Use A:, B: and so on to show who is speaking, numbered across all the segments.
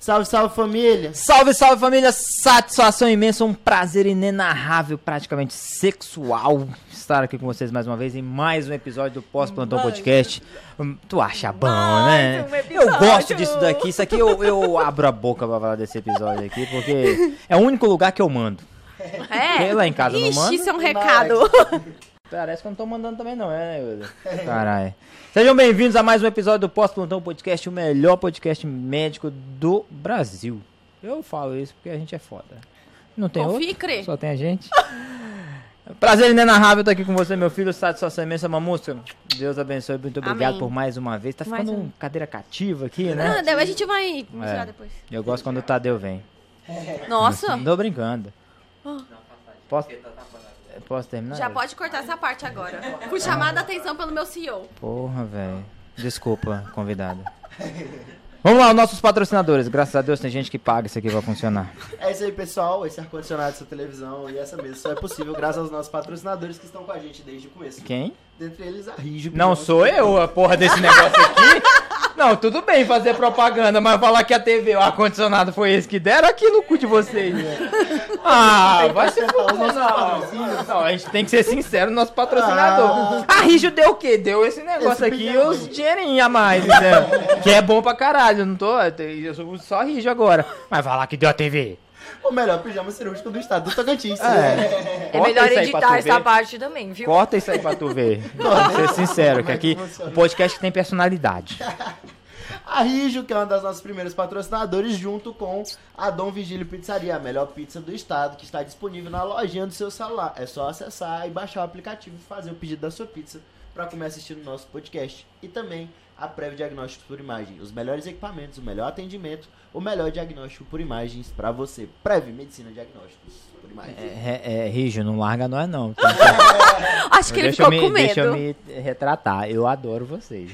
A: Salve, salve família!
B: Salve, salve família! Satisfação imensa, um prazer inenarrável, praticamente sexual, estar aqui com vocês mais uma vez em mais um episódio do Pós Plantão Podcast. Hum, Tu acha bom, né?
C: um episódio.
B: eu gosto disso daqui, isso aqui eu, eu abro a boca pra falar desse episódio aqui, porque é o único lugar que eu mando.
C: É.
B: Quem lá em casa não
C: Ixi,
B: manda?
C: isso é um recado.
B: Parece que eu não tô mandando também não, é, Ilda? Caralho. Sejam bem-vindos a mais um episódio do Pós Plantão Podcast, o melhor podcast médico do Brasil. Eu falo isso porque a gente é foda. Não tem
C: Confia e
B: outro?
C: crê.
B: Só tem a gente. Prazer inenarrável estar aqui com você, meu filho. Satisfação imensa, Mamusca. Deus abençoe. Muito obrigado
C: Amém.
B: por mais uma vez. Tá
C: Mais
B: ficando
C: um.
B: um cadeira cativa aqui, né?
C: Ah, daí a gente vai misturar
B: É.
C: depois.
B: Eu gosto quando o Tadeu vem.
C: Nossa,
B: Não tô brincando. Posso, posso terminar?
C: Ah. já pode cortar essa parte agora. Fui chamada a atenção pelo meu CEO.
B: Porra, velho. Desculpa, convidado. Vamos lá, os nossos patrocinadores. Graças a Deus tem gente que paga isso aqui pra funcionar.
A: É isso aí, pessoal. Esse ar-condicionado, essa televisão e essa mesa só é possível graças aos nossos patrocinadores que estão com a gente desde o começo.
B: Quem?
A: Dentre eles, a Rígio.
B: Não
A: Pneus.
B: sou eu a porra desse negócio aqui. Não, tudo bem fazer propaganda, mas falar que a TV, o ar-condicionado foi esse que deram aqui no cu de vocês, velho. Ah, vai se fuder. Não, não, a gente tem que ser sincero no nosso patrocinador.
D: Ah.
B: A Rijo deu o quê? Deu esse negócio
A: Esse
B: aqui e
A: pinhão
B: os
A: aí.
B: dinheirinhos a mais, né? Que é bom pra caralho, eu não tô. Eu sou só Rijo agora. Mas vai lá que deu a TV.
A: O melhor pijama cirúrgico do estado do Tocantins.
B: É.
D: É melhor editar essa parte também, viu? é
B: Corta isso aí pra tu ver. Vou ser sincero, que aqui o podcast tem personalidade.
A: A Rijo, que é uma das nossas primeiras patrocinadoras, junto com a Dom Vigílio Pizzaria, a melhor pizza do estado, que está disponível na lojinha do seu celular. É só acessar e baixar o aplicativo e fazer o pedido da sua pizza para comer assistindo o nosso podcast. E também a Prévio Diagnóstico por Imagem. Os melhores equipamentos, o melhor atendimento, o melhor diagnóstico por imagens para você. Prévio Medicina Diagnósticos por Imagem.
B: É, é, Rijo, não larga nós não.
C: Acho que ele
B: Deixa eu
C: ficou
B: me-
C: com
B: Deixa eu
C: medo.
B: me retratar. Eu adoro vocês.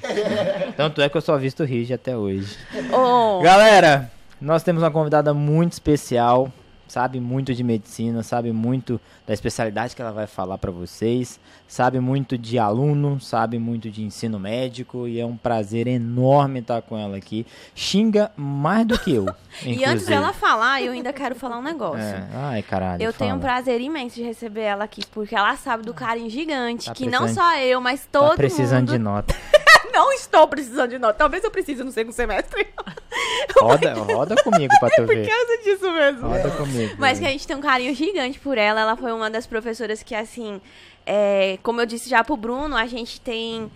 B: Tanto é que eu só visto Rijo até hoje.
C: Oh.
B: Galera, nós temos uma convidada muito especial, sabe muito de medicina, sabe muito da especialidade que ela vai falar pra vocês, sabe muito de aluno, sabe muito de ensino médico e é um prazer enorme estar com ela aqui. Xinga mais do que eu.
C: E antes dela falar, eu ainda quero falar um negócio.
B: é. Ai, caralho.
C: Eu tenho um
B: fala.
C: prazer imenso de receber ela aqui, porque ela sabe do carinho gigante,
B: Tá
C: que não
B: precisando-
C: só eu, mas todo
B: Tá precisando de
C: mundo.
B: nota.
C: Não estou precisando de nota. Talvez eu precise no segundo semestre.
B: Roda, roda comigo pra tu
C: Por
B: ver.
C: causa disso mesmo.
B: Roda comigo.
C: Mas que a gente tem um carinho gigante por ela. Ela foi uma das professoras que, assim, é, como eu disse já pro Bruno, a gente tem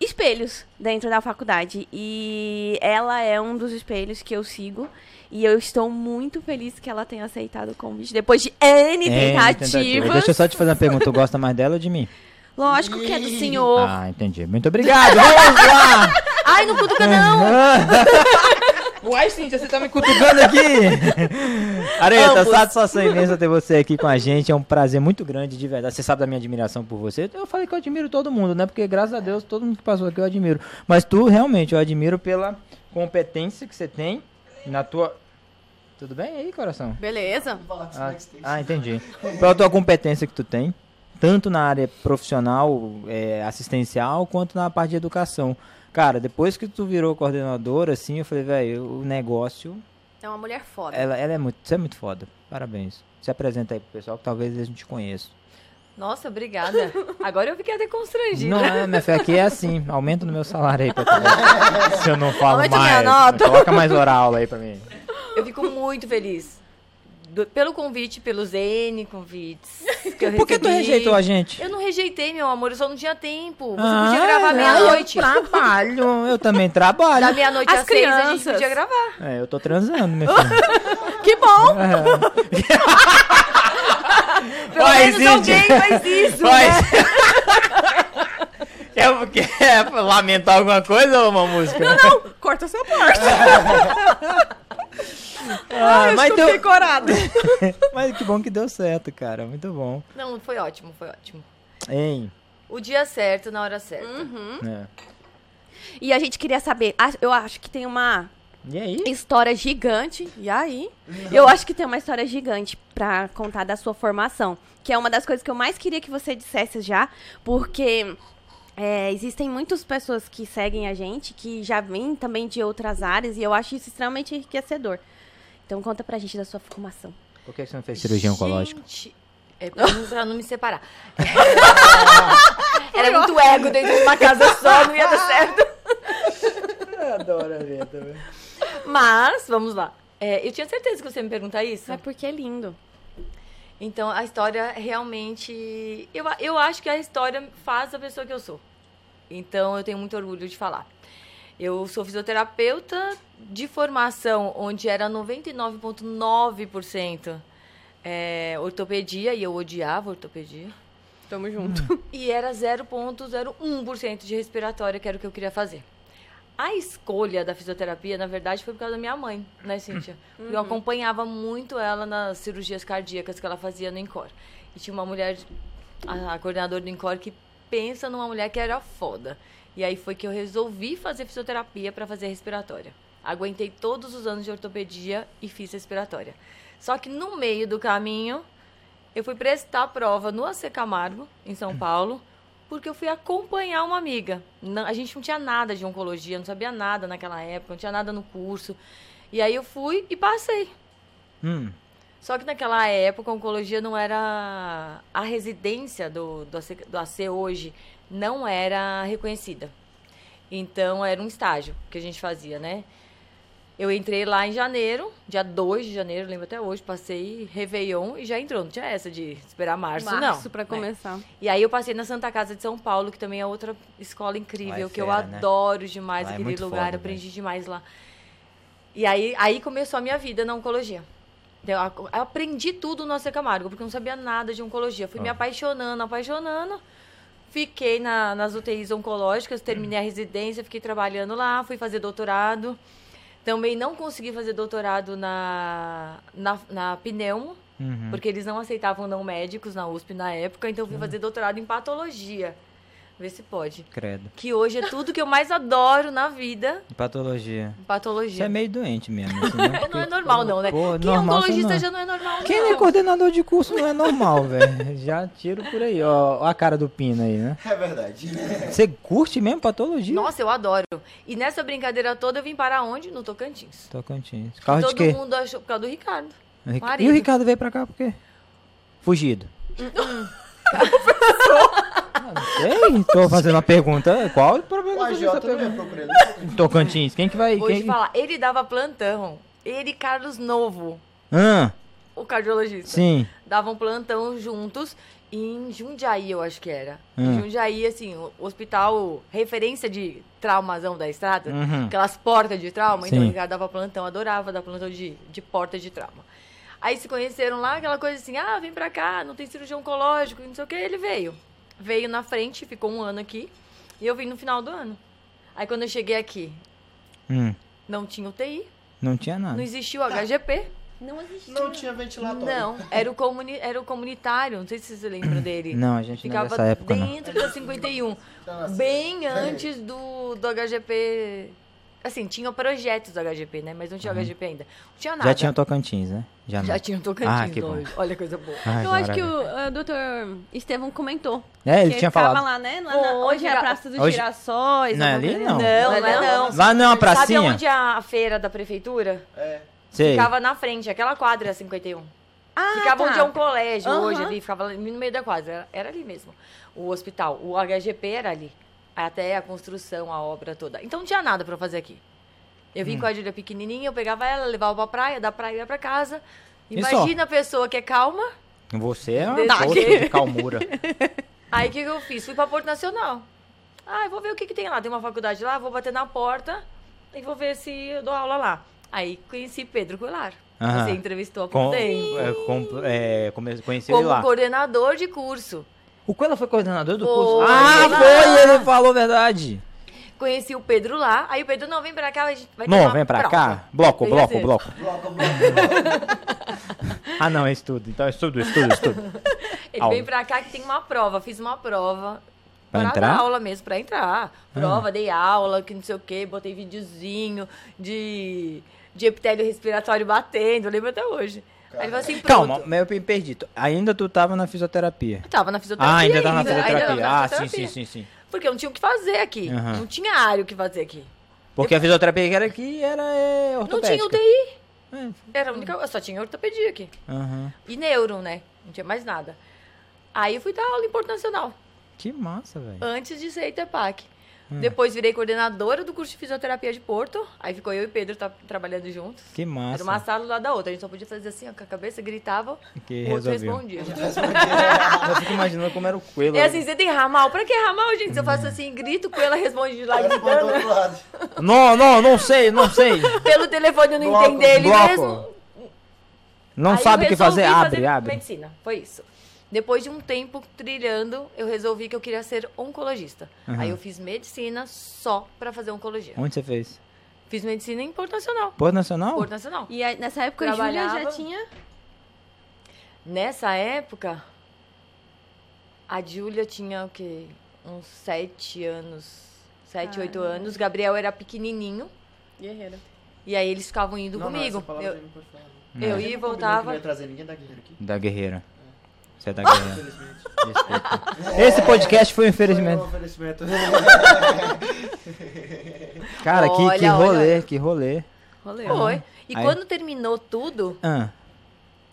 C: espelhos dentro da faculdade. E ela é um dos espelhos que eu sigo. E eu estou muito feliz que ela tenha aceitado o convite. Depois de N
B: É,
C: tentativas.
B: tentativa. Deixa eu só te fazer uma pergunta. Tu gosta mais dela ou de mim?
C: Lógico que é do senhor.
B: Ah, entendi. Muito obrigado. Vamos lá.
C: Ai, não cutuca não!
B: Uai, Cintia, você tá me cutucando aqui. Areta,
C: Ambos.
B: satisfação imensa ter você aqui com a gente. É um prazer muito grande, de verdade. Você sabe da minha admiração por você. Eu falei que eu admiro todo mundo, né? Porque graças a Deus, todo mundo que passou aqui eu admiro. Mas tu, realmente, eu admiro pela competência que você tem na tua... Tudo bem aí, coração?
C: Beleza.
B: Ah, ah, entendi. Pela tua competência que tu tem, tanto na área profissional, é, assistencial, quanto na parte de educação. Cara, depois que tu virou coordenadora, assim, eu falei, velho, o negócio,
C: É uma mulher foda.
B: ela, ela é muito, você é muito foda. Parabéns. Se apresenta aí pro pessoal que talvez eles não te conheçam.
D: Nossa, obrigada. Agora eu fiquei até constrangida.
B: Não é, minha filha, aqui é assim. Aumenta no meu salário aí pra tu. ver. Se eu não falo
C: Aumenta minha
B: mais.
C: nota.
B: Coloca mais hora aula aí pra mim.
D: Eu fico muito feliz. do- pelo convite, pelos N convites. Que eu
B: Por que tu
D: recebi.
B: rejeitou a gente?
D: Eu não rejeitei, meu amor, eu só não tinha tempo. Você
B: Ah,
D: podia gravar
B: é,
D: meia-noite. Tá
B: Eu trabalho, eu também trabalho.
D: Da meia-noite
C: As
D: às seis a gente
C: crianças.
D: podia gravar.
B: É, eu tô transando, minha filha.
C: Que bom!
D: Pelo
B: Faz
D: menos
B: isso.
D: alguém faz isso. né?
B: Mas... Eu quer É lamentar alguma coisa ou uma música? Não, não.
C: Corta essa parte.
B: Ah, mas,
C: Estou
B: deu...
C: decorada.
B: mas que bom que deu certo, cara. Muito bom.
D: Não, foi ótimo, foi ótimo.
B: Hein?
D: O dia certo, na hora certa.
B: É.
C: Uhum. E a gente queria saber, ah, eu acho que tem uma
B: E aí?
C: história gigante. E aí? Eu acho que tem uma história gigante pra contar da sua formação, que é uma das coisas que eu mais queria que você dissesse já, porque É, existem muitas pessoas que seguem a gente que já vêm também de outras áreas e eu acho isso extremamente enriquecedor. Então conta pra gente da sua formação.
B: Por que você não fez cirurgia oncológica?
D: Gente, É pra não, pra não me separar. Era muito ego dentro de uma casa só, não ia dar certo.
A: Adoro ver também.
D: Mas, vamos lá. É, eu tinha certeza que você ia me perguntar isso.
C: É porque é lindo.
D: Então, a história realmente... Eu, a- eu acho que a história faz a pessoa que eu sou. Então, eu tenho muito orgulho de falar. Eu sou fisioterapeuta de formação, onde era 99,9% é, ortopedia, e eu odiava ortopedia.
C: Tamo junto.
D: E era 0,01% de respiratória, que era o que eu queria fazer. A escolha da fisioterapia, na verdade, foi por causa da minha mãe, né, Cíntia? Porque eu acompanhava muito ela nas cirurgias cardíacas que ela fazia no Incor. E tinha uma mulher, a, a coordenadora do Incor, que pensa numa mulher que era foda. E aí foi que eu resolvi fazer fisioterapia para fazer respiratória. Aguentei todos os anos de ortopedia e fiz respiratória. Só que no meio do caminho, eu fui prestar a prova no AC Camargo, em São Paulo, porque eu fui acompanhar uma amiga. Não- a gente não tinha nada de oncologia, não sabia nada naquela época, não tinha nada no curso. E aí eu fui e passei.
B: Hum,
D: Só que naquela época a oncologia não era. A residência do, do, AC, do AC hoje não era reconhecida. Então era um estágio que a gente fazia, né? Eu entrei lá em janeiro, dia 2 de janeiro, lembro até hoje, passei Réveillon e já entrou. Não tinha essa de esperar março, não.
C: Março pra
D: né?
C: começar.
D: E aí eu passei na Santa Casa de São Paulo, que também é outra escola
B: Lá é
D: incrível, que eu
B: fera, né?
D: adoro demais
B: Lá é
D: aquele
B: muito
D: lugar,
B: foda,
D: aprendi demais lá. E aí, aí começou a minha vida na oncologia. Eu ac- eu aprendi tudo no AC Camargo, porque eu não sabia nada de oncologia. Fui me
B: Ah.
D: apaixonando, apaixonando. Fiquei na- nas UTIs oncológicas,
B: Hum.
D: terminei a residência, fiquei trabalhando lá, fui fazer doutorado. Também não consegui fazer doutorado na, na, na pneumo,
B: uhum.
D: porque eles não aceitavam não médicos na USP na época, então eu fui fazer doutorado em patologia. Vê se pode.
B: Credo.
D: Que hoje é tudo que eu mais adoro na vida,
B: Patologia. Você
D: patologia.
B: é meio doente mesmo. assim, né?
D: Não
B: Porque-
D: é normal não, né?
B: Pô,
D: Quem é
B: normal você
D: oncologista
B: não.
D: já não é normal
B: Quem
D: não.
B: é coordenador de curso não é normal, velho. Já tiro por aí, ó. Ó a cara do Pina aí, né?
A: É verdade.
B: Você curte mesmo patologia?
D: Nossa, eu adoro. E nessa brincadeira toda eu vim parar onde? No Tocantins.
B: Tocantins. Carro de
D: Todo
B: quê?
D: mundo achou por causa do Ricardo.
B: O Ric- E
D: marido.
B: o Ricardo veio pra cá por quê? Fugido.
D: Hum.
B: Ah, Não sei, tô fazendo uma pergunta. Qual o
A: O
B: problema de
A: AJ
B: fazer essa
A: não ia
B: pergunta?
A: procurando.
B: Tocantins, quem que vai...
D: Vou te
B: Quem...
D: falar, ele dava plantão. Ele e Carlos Novo,
B: Ah,
D: o cardiologista.
B: sim.
D: davam plantão juntos em Jundiaí, eu acho que era.
B: Hum.
D: Jundiaí, assim, o hospital referência de traumação da estrada,
B: Uhum.
D: aquelas portas de trauma. Então,
B: Sim.
D: ele dava plantão, adorava dar plantão de, de porta de trauma. Aí se conheceram lá, aquela coisa assim, ah, vem pra cá, não tem cirurgião oncológico, não sei o que. Ele veio. Veio na frente, ficou um ano aqui, e eu vim no final do ano. Aí quando eu cheguei aqui,
B: Hum,
D: não tinha UTI,
B: não tinha nada.
D: não existia o HGP.
C: Não existe.
A: Não tinha ventilatório.
D: Não, era o, comuni era o comunitário, não sei se você lembra dele.
B: Não, a gente não é
D: Ficava
B: dessa época, não.
D: dentro da 51,
A: Então, assim,
D: bem antes do, do HGP. Assim, tinha projetos do HGP, né? Mas não tinha HGP ainda. Não tinha nada.
B: Uhum. Já tinha o Tocantins, né? Já não.
D: Já tinha o Tocantins
B: Ah, que bom.
D: longe. Olha a coisa boa.
B: Ai,
C: Eu acho que
B: maravilha.
C: o eh, doutor Estevão comentou.
B: É, ele
C: que
B: tinha
C: ficava
B: falado.
C: lá, né? Lá na-
D: Hoje
C: hoje é a
D: era-
C: Praça dos
B: Hoje-
C: Girassóis.
B: Não é
C: alguma
B: ali,
C: coisa. assim.
B: não.
D: Não, não é não.
B: Lá não é uma
D: Sabe
B: pracinha?
D: onde é a feira da prefeitura?
A: É.
B: Sei.
D: Ficava na frente, aquela quadra 51.
C: Ah,
D: Ficava
C: tá.
D: onde é um colégio
C: Aham.
D: hoje ali, ficava ali no meio da quadra. Era, era ali mesmo. O hospital. O HGP era ali. Até a construção, a obra toda. Então não tinha nada pra eu fazer aqui. Eu
B: Hum.
D: vim com a Júlia pequenininha, eu pegava ela, levava pra praia, da praia ia pra casa.
B: E só?
D: Imagina a pessoa que é calma.
B: Você é uma
D: Desse
B: bolsa
D: jeito.
B: de calmura.
D: Aí o que, que eu fiz? Fui pra Porto Nacional. Ah, eu vou ver o que, que tem lá. Tem uma faculdade lá, vou bater na porta e vou ver se eu dou aula lá. Aí conheci Pedro Goulart.
B: Aham.
D: Você entrevistou há pouco
B: Com,
D: tempo.
B: é, com, é, come- conheci ele
D: Como
B: lá.
D: coordenador de curso.
B: O Coelho foi coordenador do
D: Foi.
B: curso? Ah, foi! Ele falou a verdade.
D: Conheci o Pedro lá. Aí o Pedro, não, vem pra cá, a gente vai ter
B: Não,
D: uma
B: vem pra
D: prova.
B: cá. Bloco,
D: Fez
B: bloco,
D: assim.
B: bloco.
A: Bloco, bloco, bloco.
B: Ah, não, é estudo. Então é estudo, estudo, estudo.
D: Ele
B: Aula.
D: vem pra cá que tem uma prova. Fiz uma prova.
B: Pra
D: dar
B: entrar? Ah.
D: aula mesmo, pra entrar. Prova, dei aula, que não sei o quê. Botei videozinho de, de epitélio respiratório batendo. Eu lembro até hoje. Aí ele falou assim, pronto.
B: Calma, mas eu me perdi. Ainda tu tava na fisioterapia.
D: Eu tava na fisioterapia
B: Ah, ainda tava na
D: ainda,
B: fisioterapia.
D: ainda tava na
B: Ah, sim,
D: fisioterapia.
B: sim, sim, sim.
D: Porque eu não tinha o que fazer aqui.
B: Aham.
D: Não tinha área o que fazer aqui.
B: Porque a fisioterapia que era aqui era é,
D: Não
B: ortopédica.
D: tinha UTI.
B: É.
D: Era a única, eu só tinha ortopedia aqui.
B: Aham.
D: E neuro, né? Não tinha mais nada. Aí eu fui dar aula internacional,
B: Que massa, velho.
D: antes de ser ITEPAC.
B: Hum.
D: Depois virei coordenadora do curso de fisioterapia de Porto. Aí ficou eu e Pedro tá, trabalhando juntos.
B: Que massa.
D: Era uma sala lá da outra. A gente só podia fazer assim, ó, com a cabeça, gritava,
B: Que
D: o outro
B: resolveu.
D: respondia.
B: Eu fico imaginando como era o coelho.
D: É assim, você tem ramal? Pra que ramal, gente? Se eu faço assim, grito com ela, responde de lá.
A: Agora do outro lado.
B: Não, não, não sei, não sei.
D: Pelo telefone eu não
A: Bloco,
D: entendo ele
B: bloco.
D: mesmo.
B: Não
D: Aí eu
B: sabe o que fazer,
D: resolvi
B: abre, abre.
D: Medicina, foi isso. Depois de um tempo trilhando, eu resolvi que eu queria ser oncologista.
B: Aham.
D: Aí eu fiz medicina só pra fazer oncologia.
B: Onde você fez?
D: Fiz medicina em Porto Nacional.
B: Porto Nacional?
D: Porto Nacional.
C: E aí, nessa época a Júlia já
D: Trabalhava.
C: tinha.
D: Nessa época, a Júlia tinha o quê? Uns sete anos. Sete, oito anos. Gabriel era pequenininho.
C: Guerreira.
D: E aí eles ficavam indo comigo. Eu-
A: é
D: Eu ia e
A: e
D: voltava.
A: Não ia trazer ninguém da guerreira aqui.
B: Da Guerreira. Você é da Guerreira.
A: Infelizmente.
B: Desculpa. Esse podcast foi
A: Foi
B: um
A: um
B: infelizmente.
A: oferecimento.
B: Cara, que, que
D: um- Olha, olha,
B: rolê,
D: olha.
B: que rolê.
C: Rolê.
D: Foi. E
B: Aí-
D: quando terminou tudo,
B: Ah,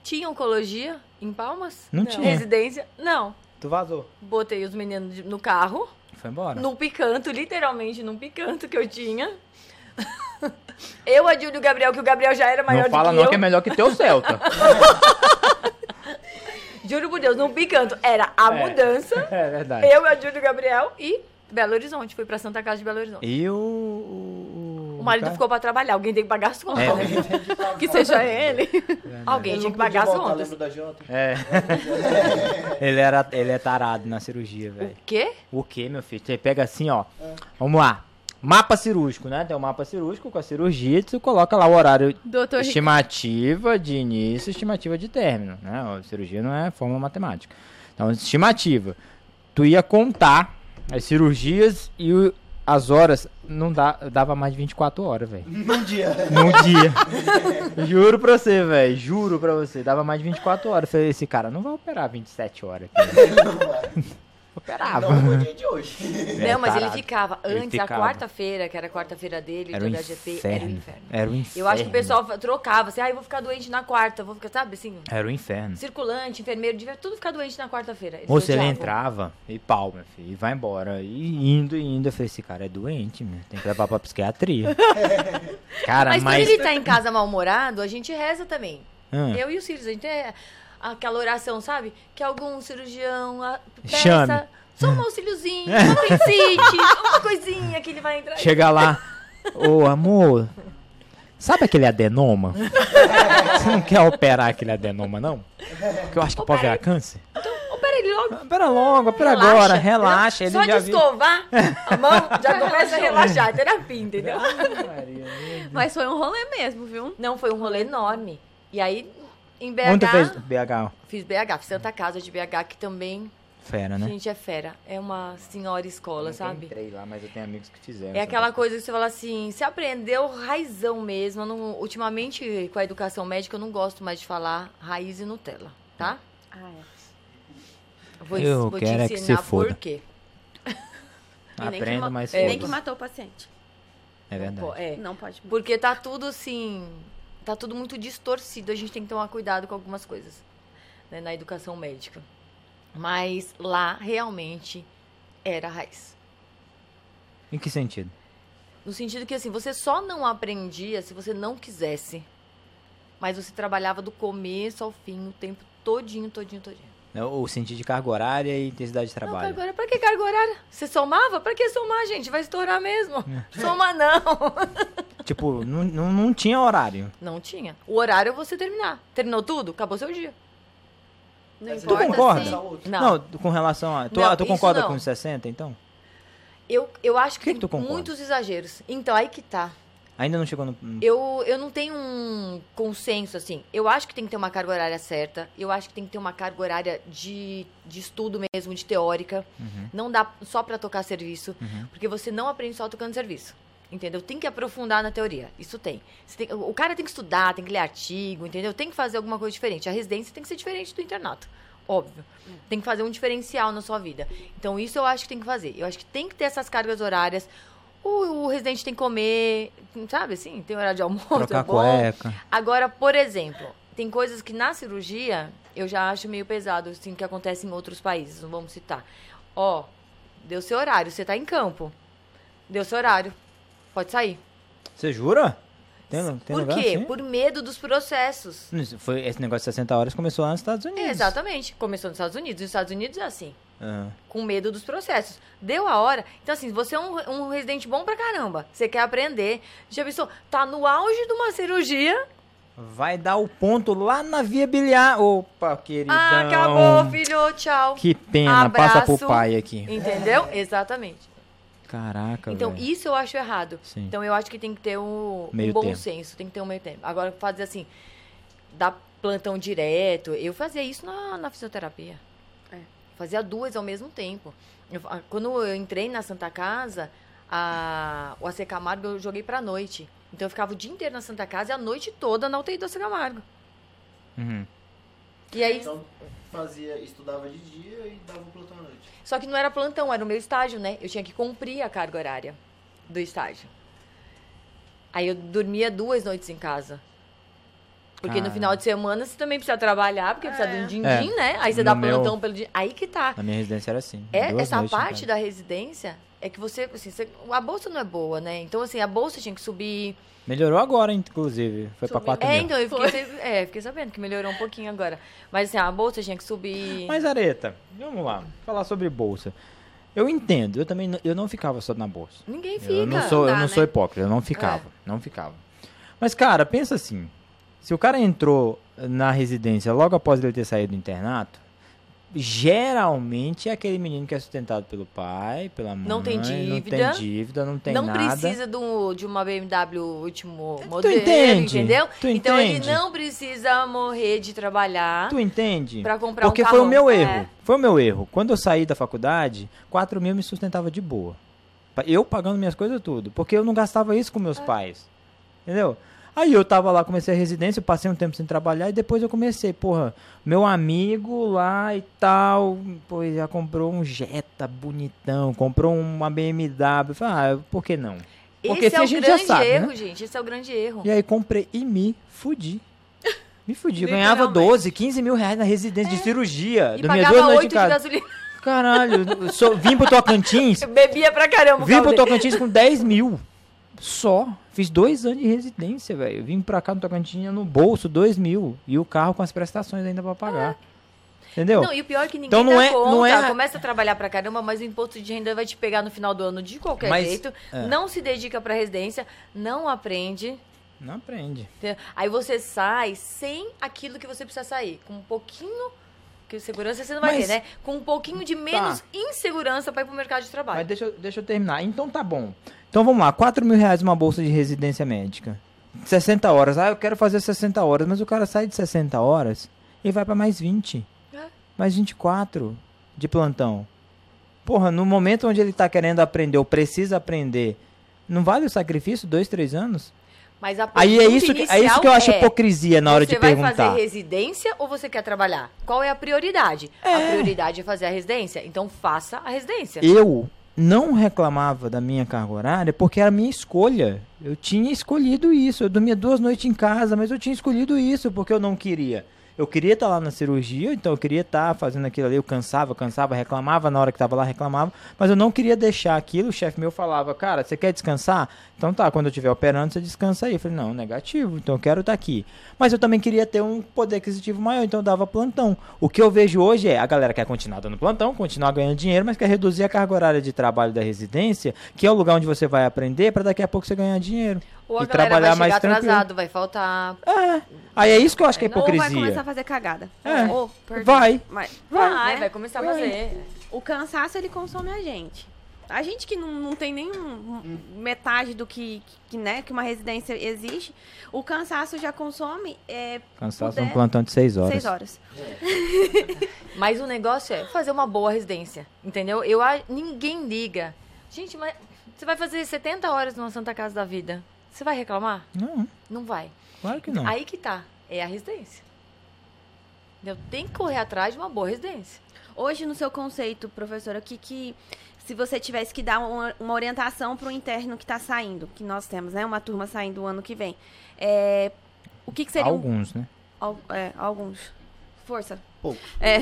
D: tinha oncologia em Palmas?
B: Não tinha.
D: Residência? Não.
B: tu vazou.
D: Botei os meninos de- no carro,
B: Foi embora.
D: num picanto, literalmente num picanto que eu tinha. Eu, a Júlia e o Gabriel, que o Gabriel já era maior
B: Não fala
D: do que
B: não
D: eu.
B: que é melhor que teu Celta.
D: Juro por Deus, num picanto. Era a
B: É.
D: mudança.
B: é verdade.
D: Eu, a Júlia e o Gabriel e Belo Horizonte. Fui pra Santa Casa de Belo Horizonte.
B: E o... O,
D: O marido
B: cara?
D: ficou pra trabalhar, alguém tem que pagar as contas.
B: É.
D: né?
C: Que seja ele.
D: Alguém
A: Eu
D: tinha
A: não
D: que
A: podia
D: pagar as
A: voltar, né?
D: contas.
A: lembro da Jota.
B: É. ele, era, ele é tarado na cirurgia, velho.
D: Quê?
B: O que, meu filho? Você pega assim, ó. Vamos lá. Mapa cirúrgico, né? Tem um mapa cirúrgico com a cirurgia, tu coloca lá o horário
C: Doutor Ricardo.
B: estimativa de início, estimativa de término, né? A cirurgia não é fórmula matemática. Então, estimativa. Tu ia contar as cirurgias e o- as horas não dá, dava mais de 24 horas, velho.
A: Num dia.
B: Num dia. juro pra você, velho. Juro pra você. Dava mais de 24 horas. Eu Falei, esse cara não vai operar 27 horas aqui.
D: Ah,
B: Operava.
A: Não, foi o dia de hoje.
B: É,
D: não, mas
B: tarado.
D: ele ficava.
B: Ele
D: Antes,
B: ficava.
D: a quarta-feira, que era a quarta-feira dele,
B: Era um
D: toda a GP, era um
B: inferno.
D: inferno.
B: Era um inferno.
D: Eu acho que o pessoal fa- trocava, assim, ah, eu vou ficar doente na quarta, vou ficar, sabe, assim,
B: Era um inferno.
D: circulante, enfermeiro, devia tudo ficar doente na quarta-feira. Eles
B: Ou se ele
D: odiavam.
B: entrava e pau, meu filho, e vai embora. E indo, e indo. Eu falei, esse cara é doente, meu. Tem que levar pra psiquiatria. cara,
D: Mas,
B: mas.
D: quando ele tá em casa mal-humorado, a gente reza também.
B: Hum.
D: Eu e o Sirius, a gente é aquela oração, sabe? Que algum cirurgião a- peça
B: Chame. É.
D: só um auxíliozinho, uma apendicite, uma coisinha que ele vai entrar.
B: Chega lá, ô amor, sabe aquele adenoma? Você não quer operar aquele adenoma, não? Porque eu acho que pode virar câncer.
D: Opera Então, ele logo.
B: Opera logo, opera
D: Relaxa,
B: agora,
D: entendeu?
B: relaxa. Ele
D: Só
B: já
D: de
B: viu.
D: escovar a mão, já começa a relaxar. É terapia, entendeu?
C: Mas foi um rolê mesmo, viu?
D: Não, foi um rolê enorme. E aí, em BH,
B: Ontem fez BH,
D: fiz BH, fiz Santa Casa de BH, que também,
B: fera, né?
D: gente, é fera. É uma senhora escola, sabe?
B: entrei lá, mas eu tenho amigos que fizeram.
D: É aquela coisa que você fala assim, você aprendeu raizão mesmo. Eu não- ultimamente, com a educação médica, eu não gosto mais de falar raiz e Nutella, tá?
C: Ah, é.
D: Vou,
B: Eu
D: vou
B: quero é
D: te
B: que
D: ensinar
B: se foda.
D: por quê.
C: E nem que ma-
B: Aprenda, mas
D: é,
C: e Nem
B: foda-se.
C: que matou o paciente.
B: É verdade.
D: Pô, é.
C: Não pode. matar.
D: Porque tá tudo assim. Tá tudo muito distorcido. A gente tem que tomar cuidado com algumas coisas né, na educação médica. Mas lá realmente era a raiz.
B: Em que sentido?
D: No sentido que assim, você só não aprendia se você não quisesse. Mas você trabalhava do começo ao fim, o tempo todinho, todinho, todinho.
B: É O sentido de carga horária e intensidade de
D: Não,
B: trabalho.
D: carga horária. Pra que carga horária? Você somava? Pra que somar, gente? Vai estourar mesmo.
B: É.
D: Soma não.
B: Tipo, não, não, não tinha horário.
D: Não tinha. O horário é você terminar. Terminou tudo? Acabou seu dia.
C: Não
A: Tu
C: importa,
B: concorda?
C: sim.
B: Não, com relação a. Tu, ah,
D: Não,
B: tu
D: isso
B: concorda
D: não.
B: com os 60, então?
D: Eu, eu acho que,
B: Que que tu
D: tem
B: concorda?
D: muitos exageros. Então, aí que tá.
B: Ainda não chegou no. no-
D: Eu, eu não tenho um consenso, assim. Eu acho que tem que ter uma carga horária certa. Eu acho que tem que ter uma carga horária de, de estudo mesmo, de teórica.
B: Uhum.
D: Não dá só pra tocar serviço.
B: Uhum.
D: Porque você não aprende só tocando serviço. Entendeu? Tem que aprofundar na teoria. Isso tem. Você tem- O cara tem que estudar, tem que ler artigo, entendeu? Tem que fazer alguma coisa diferente. A residência tem que ser diferente do internato. óbvio. Tem que fazer um diferencial na sua vida. Então, isso eu acho que tem que fazer. Eu acho que tem que ter essas cargas horárias. O, o residente tem que comer, sabe assim? Tem horário de almoço, é
B: Trocar
D: bom.
B: cueca.
D: Agora, por exemplo, tem coisas que na cirurgia eu já acho meio pesado, assim, que acontece em outros países, não vamos citar. Ó, deu seu horário, você tá em campo. Deu seu horário, pode sair.
B: Você jura? Tem, tem
D: por
B: lugar
D: quê?
B: assim?
D: Por medo dos processos.
B: Isso Foi, esse negócio de 60 horas começou lá nos Estados Unidos.
D: Exatamente, começou nos Estados Unidos. Nos Estados Unidos é assim.
B: Ah.
D: com medo dos processos. Deu a hora. Então, assim, você é um, um residente bom pra caramba. Você quer aprender. Já pensou? Tá no auge de uma cirurgia.
B: Vai dar o ponto lá na via bilhar. Opa, queridão.
D: Ah, acabou, filho. Tchau.
B: Então. Que pena, passa pro
D: Abraço.
B: pai aqui.
D: Entendeu? Exatamente.
B: Caraca,
D: Então,
B: velho.
D: isso eu acho errado.
B: Sim.
D: Então, eu acho que tem que ter um, um
B: Meio
D: bom
B: termo.
D: senso. Tem que ter um meio tempo. Agora, fazer assim, dar plantão direto. Eu fazia isso na, na fisioterapia.
C: É.
D: Fazia duas ao mesmo tempo. Eu fa- quando eu entrei na Santa Casa, a, o AC Camargo eu joguei pra noite. Então, eu ficava o dia inteiro na Santa Casa e a noite toda na UTI do AC Camargo.
B: Uhum.
D: E aí,
A: Então fazia, estudava de dia e dava um plantão à noite.
D: Só que não era plantão, era o meu estágio, né? Eu tinha que cumprir a carga horária do estágio. Aí eu dormia duas noites em casa. Porque
B: Cara.
D: no final de semana você também precisa trabalhar, porque precisa de um din,
B: Ah. É.
D: né? Aí você
B: No
D: dá
B: meu-
D: plantão pelo dia. Aí que tá.
B: Na minha residência era assim.
D: É,
B: duas
D: essa
B: noites em casa.
D: parte da residência é que você, assim, você- A bolsa não é boa, né? Então, assim, a bolsa tinha que subir.
B: Melhorou agora, inclusive. Foi pra
C: Subiu.
B: 4
D: É,
B: mil.
D: então, eu fiquei, é, fiquei sabendo que melhorou um pouquinho agora. Mas, assim, a bolsa tinha que subir.
B: Mas, Areta, vamos lá. Falar sobre bolsa. Eu entendo, eu também n- eu não ficava só na bolsa.
D: Ninguém fica. É.
B: Eu não sou, eu
C: Não dá,
B: não sou
C: né?
B: hipócrita, eu não ficava, não ficava. Mas cara, pensa assim, se o cara entrou na residência logo após ele ter saído do internato, geralmente é aquele menino que é sustentado pelo pai, pela mãe,
D: Não tem
B: não
D: dívida.
B: tem dívida, não tem
D: não
B: nada.
D: precisa do- de uma BMW último modelo,
B: entende?
D: entendeu?
B: Tu
D: então
B: entende?
D: ele não precisa morrer de trabalhar
B: Tu entende?
D: pra comprar
B: Porque
D: um
B: foi
D: carro.
B: o meu
D: É.
B: erro. Foi o meu erro. Quando eu saí da faculdade, 4 mil me sustentava de boa. Pa- Eu pagando minhas coisas tudo. Porque eu não gastava isso com meus
D: É.
B: pais. Entendeu? Aí eu tava lá, comecei a residência, eu passei um tempo sem trabalhar e depois eu comecei, porra, meu amigo lá e tal, pô, já comprou um Jetta bonitão, comprou uma BMW. Eu falei, ah, por que não? Porque
D: Esse
B: se
D: é
B: a
D: o
B: gente já
D: grande
B: sabe,
D: erro,
B: né?
D: gente. Esse é o grande erro.
B: E aí comprei e me fudi. Me fudi. Eu ganhava 12, 15 mil reais na residência de cirurgia.
D: É. E
B: dormia
D: pagava
B: duas noites em
D: oito de
B: casa.
D: gasolina.
B: Caralho, eu sou- vim pro Tocantins,
D: Eu bebia pra caramba. o
B: vim
D: carro
B: pro
D: dele.
B: Tocantins com 10 mil. Só. Fiz dois anos de residência, velho. Eu Vim pra cá no Tocantins no bolso, 2 mil. E o carro com as prestações ainda pra pagar. Entendeu?
D: Ah. Não, e o pior é que ninguém
B: Então não
D: dá
B: é-
D: conta.
B: não é-
D: Começa a trabalhar pra caramba, mas o imposto de renda vai te pegar no final do ano de qualquer
B: Mas-
D: jeito.
B: é.
D: Não se dedica pra residência, não aprende.
B: Não aprende.
D: Entendeu? Aí você sai sem aquilo que você precisa sair. Com um pouquinho. Que segurança você não vai
B: Mas- Tá.
D: ter, né? Com um pouquinho de menos insegurança pra ir pro mercado de
B: Mas
D: trabalho.
B: deixa, eu- deixa eu terminar. Então tá bom. Então vamos lá, 4 mil reais uma bolsa de residência médica. 60 horas. Ah, eu quero fazer 60 horas, mas o cara sai de 60 horas e vai pra mais 20.
D: É.
B: Mais 24 de plantão. Porra, no momento onde ele tá querendo aprender ou precisa aprender, não vale o sacrifício? Dois, três anos?
D: Mas, a
B: Aí é
D: pergunta
B: isso, que, é isso
D: inicial
B: que eu acho
D: é,
B: hipocrisia na hora de
D: Você vai
B: perguntar.
D: fazer residência ou você quer trabalhar? Qual é a prioridade? A prioridade é fazer a residência. Então faça a residência.
B: Eu não reclamava da minha carga horária porque era a minha escolha. Eu tinha escolhido isso. Eu dormia duas noites em casa, mas eu tinha escolhido isso porque eu não queria. Eu queria estar lá na cirurgia, então eu queria estar fazendo aquilo ali. Eu cansava, cansava, reclamava na hora que estava lá, reclamava. Mas eu não queria deixar aquilo. O chefe meu falava, cara, você quer descansar? Então tá, quando eu estiver operando, você descansa aí. Eu falei, não, negativo, então eu quero estar aqui. Mas eu também queria ter um poder aquisitivo maior, então eu dava plantão. O que eu vejo hoje é, a galera quer continuar dando plantão, continuar ganhando dinheiro, mas quer reduzir a carga horária de trabalho da residência, que é o lugar onde você vai aprender, para daqui a pouco você ganhar dinheiro.
D: Ou a
B: e
D: galera
B: trabalhar
D: vai chegar
B: mais tranquilo.
D: atrasado, vai faltar.
B: Aí é isso que eu acho que é
C: Ou vai
B: hipocrisia.
C: começar a fazer cagada.
B: É.
C: Ou, perdão,
B: Vai.
C: Mas,
D: Vai,
C: vai,
D: Né? vai começar a fazer.
C: O cansaço, ele consome a gente. A gente que não, não tem nem um-
B: Hum.
C: metade do que, que, né, que uma residência existe, o cansaço já consome é,
B: Cansaço de um
C: puder,
B: plantão de seis horas.
C: seis horas.
D: Mas o negócio é fazer uma boa residência, entendeu? Eu a- ninguém liga. Gente, mas você vai fazer 70 horas numa Santa Casa da Vida. Você vai reclamar?
B: Não,
D: Não vai.
B: claro que não.
D: Aí que tá. É a residência. Entendeu? Tem que correr atrás de uma boa residência.
C: Hoje, no seu conceito, professora, o que que... Se você tivesse que dar uma, uma orientação para o interno que está saindo, que nós temos, né? Uma turma saindo o ano que vem. É, o que, que seria... um-
B: Alguns, né?
C: Al- é, alguns. Força.
A: Pouco.
D: É,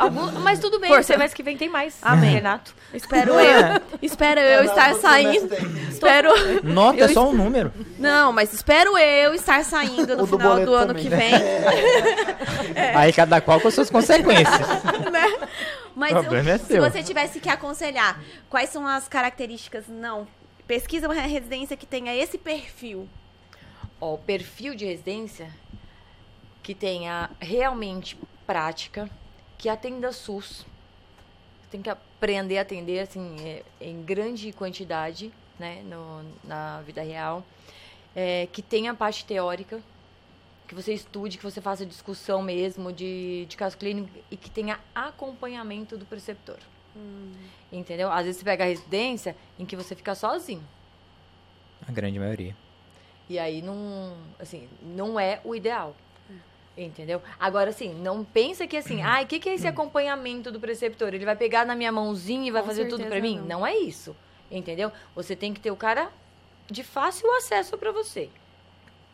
D: algum- mas tudo bem,
C: Força.
D: semestre que vem tem mais.
C: Amém.
D: Renato.
C: Espero
B: é.
A: é.
C: eu. Espero eu estar saindo. Espero.
B: Nota
C: Eu
B: é só um número.
C: Não, mas espero eu estar saindo no
A: O do
C: final do,
A: boleto
C: ano
A: também. né?
C: que vem. É.
B: Aí cada qual com suas consequências.
A: É.
C: né? Mas
B: O problema
C: eu-
B: é
C: se
B: seu.
C: você tivesse que aconselhar, quais são as características? Não. Pesquisa uma residência que tenha esse perfil.
D: Ó, o perfil de residência que tenha realmente prática, que atenda SUS. Tem que aprender a atender, assim, é, em grande quantidade, né, no, na vida real. É, que tenha parte teórica, que você estude, que você faça discussão mesmo de, de caso clínico e que tenha acompanhamento do preceptor. Entendeu? Às vezes você pega a residência em que você fica sozinho.
B: A grande maioria.
D: E aí não, assim, não é o ideal.
C: É.
D: Entendeu? Agora, assim, não pensa que assim, ai, o que, que é esse acompanhamento do preceptor? Ele vai pegar na minha mãozinha e vai
C: Hum. Com
D: fazer tudo pra
C: certeza
D: mim?
C: não.
D: Não. é isso. Entendeu? Você tem que ter o cara de fácil acesso pra você.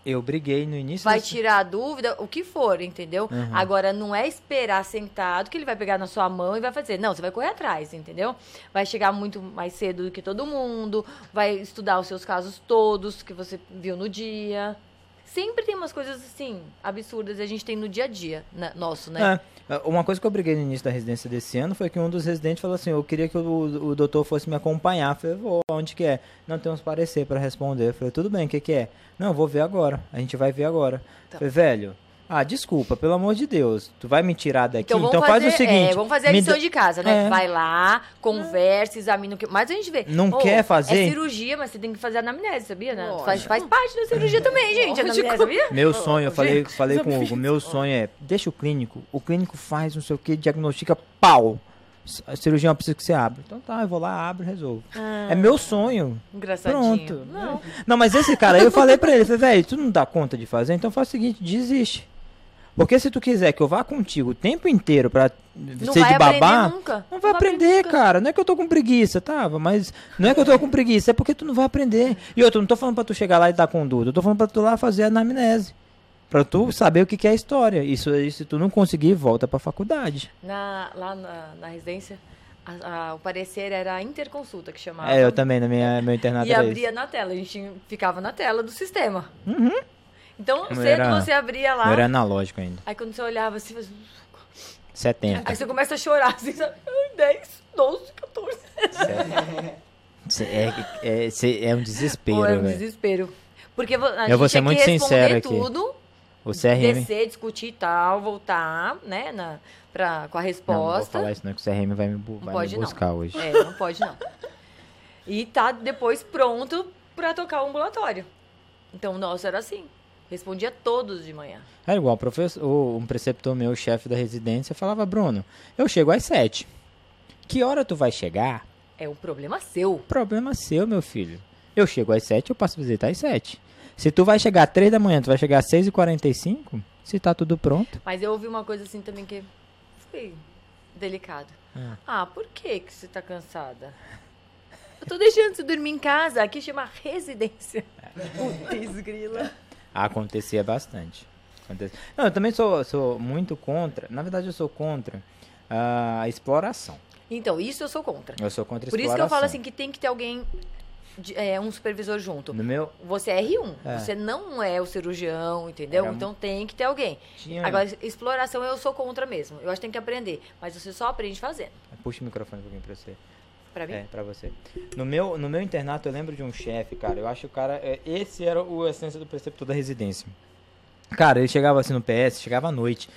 B: Eu briguei no início.
D: Vai
B: desse-
D: tirar a dúvida, o que for, entendeu?
B: Uhum.
D: Agora, não é esperar sentado que ele vai pegar na sua mão e vai fazer. Não, você vai correr atrás, entendeu? Vai chegar muito mais cedo do que todo mundo, vai estudar os seus casos todos que você viu no dia. Sempre tem umas coisas assim, absurdas, e a gente tem no dia a dia na- nosso, né?
B: É, uma coisa que eu briguei no início da residência desse ano foi que um dos residentes falou assim: Eu queria que o, o doutor fosse me acompanhar. Eu falei: Vou, onde que é? Não tem uns parecer pra responder. Eu falei: Tudo bem, o que, que é? Não, eu vou ver agora. A gente vai ver agora.
D: Tá.
B: Eu Falei: Velho, ah, desculpa, pelo amor de Deus. Tu vai me tirar daqui? Então, faz
D: fazer,
B: o seguinte:
D: é, vamos fazer a
B: me
D: lição
B: dá-
D: de casa, né?
B: É.
D: Vai lá, conversa, examina o que. Mas a gente vê.
B: Não quer fazer?
D: É cirurgia, mas você tem que fazer anamnese, sabia? Né?
C: Lógico.
D: Faz, faz parte da cirurgia também, gente.
C: Lógico.
D: Anamnese, sabia?
B: Meu sonho, eu falei,
D: gente, um
B: falei com o Hugo, meu sonho é, deixa o clínico, o clínico faz não sei o que, diagnostica, pau, C- a cirurgião precisa que você abra. Então tá, eu vou lá, abro e resolvo.
D: Ah.
B: É meu sonho.
D: Engraçadinho.
B: Pronto.
D: Não.
B: Não, mas esse cara aí, eu falei pra ele, falei, velho, tu não dá conta de fazer, então faz o seguinte, desiste. Porque se tu quiser que eu vá contigo o tempo inteiro pra
D: Não
B: ser
D: vai
B: é de babá,
D: aprender nunca.
B: não vai aprender, cara. Não é que eu tô com preguiça, tava, mas não é que eu tô com preguiça, é porque tu não vai aprender. E outra, eu não tô falando pra tu chegar lá e dar conduta, eu tô falando pra tu lá fazer a anamnese. Pra tu saber o que, que é a história. Isso aí, se tu não conseguir, volta pra faculdade.
D: Na, lá na, na residência, a- a- o parecer era a interconsulta que chamava.
B: É, eu também, na minha, meu internato
D: Ah, e
B: era
D: abria
B: isso.
D: na tela. A gente ficava na tela do sistema. Então,
B: Uhum. Eu
D: cedo
B: era-
D: você abria
B: Eu
D: lá.
B: era analógico ainda.
D: Aí quando você olhava assim, você- aí
B: 70.
D: você começa a chorar, assim, sabe? 10, 12, 14.
B: Cê- É, é, cê- é um desespero,
D: Pô, era um
B: velho.
D: desespero. Porque vo- a
B: Eu vou ser
D: gente tinha
B: muito
D: que
B: sincero
D: responder
B: aqui.
D: tudo,
B: O CRM.
D: descer, discutir e tal, voltar, né, na, pra, com a
B: Não, não vou
D: resposta.
B: falar isso, não, que o CRM vai me, bu- vai me
D: pode, não.
B: buscar hoje.
D: É, não pode não. E tá depois pronto pra tocar o ambulatório. Então o nosso era assim. Respondia todos de manhã.
B: É igual o professor, o- um preceptor meu, o chefe da residência, falava, Bruno, eu chego às sete. Que hora tu vai chegar?
D: É um problema seu.
B: Problema seu, meu filho. Eu chego às sete, eu passo a visitar às sete. Se tu vai chegar às três da manhã, tu vai chegar às seis e quarenta e cinco, se tá tudo pronto.
D: Mas eu ouvi uma coisa assim também que foi delicado.
B: Ah.
D: Ah, por que que você tá cansada? Eu tô deixando você dormir em casa. Aqui chama residência. Putz, grila.
B: Acontecia bastante. Aconte- Não, eu também sou, sou muito contra, na verdade eu sou contra ah, a exploração.
D: Então, isso eu sou contra.
B: Eu sou contra a
D: Por
B: exploração.
D: isso que eu falo assim que tem que ter alguém, de- é, um supervisor junto.
B: No meu,
D: Você é R1,
B: É.
D: você não é o cirurgião, entendeu?
B: Era um- É.
D: Então tem que ter alguém.
B: tinha...
D: Agora, exploração eu sou contra mesmo. Eu acho que tem que aprender. Mas você só aprende fazendo.
B: Puxa o microfone um pouquinho pra você.
D: Pra mim,
B: É, pra você. No meu, no meu internato, eu lembro de um chefe, cara. Eu acho que o cara. é, Esse era o essência do preceptor da residência. Cara, ele chegava assim no PS, chegava à noite.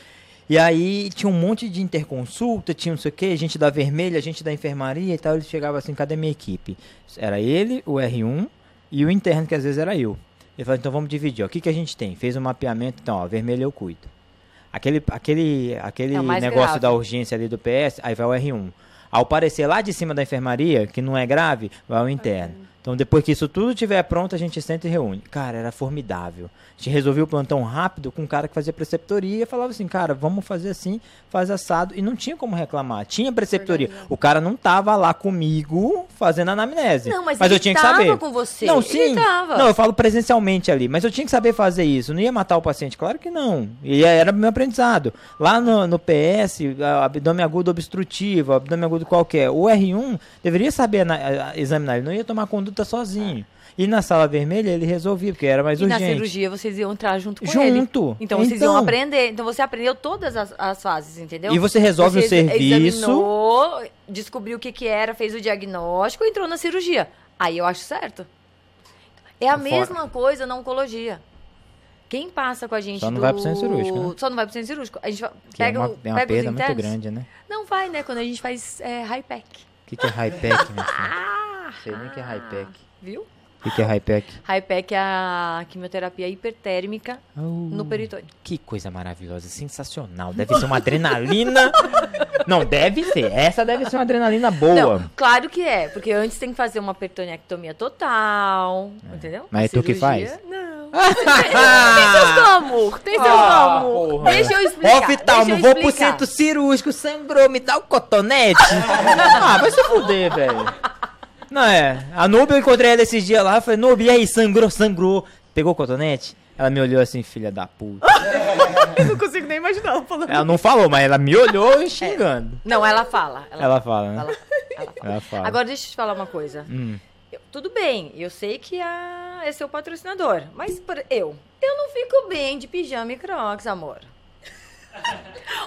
B: E aí tinha um monte de interconsulta, tinha não sei o que, gente da vermelha, gente da enfermaria e tal. Ele chegava assim, cadê minha equipe? Era ele, o R1 e o interno, que às vezes era eu. Ele falou, então vamos dividir, ó. O que, que a gente tem? Fez um mapeamento, então, ó, vermelho eu cuido. Aquele, aquele, aquele
D: É o mais
B: negócio
D: grave.
B: da urgência ali do um. PS, aí vai o R1. Ao parecer lá de cima da enfermaria, que não é grave, vai o interno. Então, depois que isso tudo estiver pronto, a gente senta e reúne. Cara, era formidável. A gente resolveu o plantão rápido com um cara que fazia preceptoria e falava assim, cara, vamos fazer assim, faz assado. E não tinha como reclamar. Tinha preceptoria. O cara não tava lá comigo fazendo anamnese.
D: Não, mas,
B: eu
D: ele
B: tinha que
D: tava
B: saber.
D: com você.
B: Não,
D: Ele
B: sim.
D: tava.
B: Não, eu falo presencialmente ali, mas eu tinha que saber fazer isso. Não ia matar o paciente, claro que não. E era meu aprendizado. Lá no, no PS, a- abdômen agudo obstrutivo, abdômen agudo qualquer, o R1 deveria saber ana- a- a- examinar, ele não ia tomar conduta sozinho. E na sala vermelha ele resolvia, porque era mais
D: E na
B: urgente.
D: cirurgia vocês iam entrar junto com ele.
B: Junto.
D: Então vocês
B: Então.
D: iam aprender. Então você aprendeu todas as, as fases, entendeu?
B: E você resolve
D: Você
B: o serviço.
D: Examinou, descobriu o que, que era, fez o diagnóstico, entrou na cirurgia. Aí eu acho certo. É a
B: Tá Fora.
D: mesma coisa na oncologia. Quem passa com a gente
B: Só não
D: do-
B: vai pro centro cirúrgico, né?
D: Só não vai pro centro cirúrgico. A gente va-
B: Que é
D: pega,
B: uma,
D: o-
B: é uma
D: pega os
B: perda
D: internos.
B: muito grande, né?
D: Não vai, né? Quando a gente faz é, high-pack.
B: O que, que é high pack, meu filho?
D: Ah!
B: Sei nem o que é high pack.
D: Viu?
B: O que, que é high pack?
D: High-pack é a quimioterapia hipertérmica no
B: Hum.
D: peritônio.
B: Que coisa maravilhosa, sensacional. Deve ser uma adrenalina. Não, deve ser. Essa deve ser uma adrenalina boa.
D: Não, claro que é, porque antes tem que fazer uma peritonectomia total, entendeu?
B: Mas é tu que
D: Cirurgia,
B: faz?
D: Não.
C: Tem seus glamour, tem seus
B: Ah,
C: glamour.
B: porra.
C: Deixa eu explicar.
B: Oftalmo,
C: deixa eu
B: vou pro
C: explicar.
B: centro cirúrgico, sangrou, me dá o cotonete. ah, vai se fuder, velho. Não é. A Nubia, eu encontrei ela esses dias lá, eu falei, Nubia, e aí, sangrou, sangrou. Pegou o cotonete? Ela me olhou assim, filha da puta.
C: Eu não consigo nem imaginar ela falando.
B: Ela não falou, mas ela me olhou xingando.
D: Não, ela fala.
C: É.
D: Ela,
B: Ela fala, né?
D: ela-
B: Ela fala. Hum.
D: Agora deixa eu te falar uma coisa. Eu- tudo bem, eu sei que a, é seu patrocinador, mas por- eu, eu não fico bem de pijama e crocs, amor.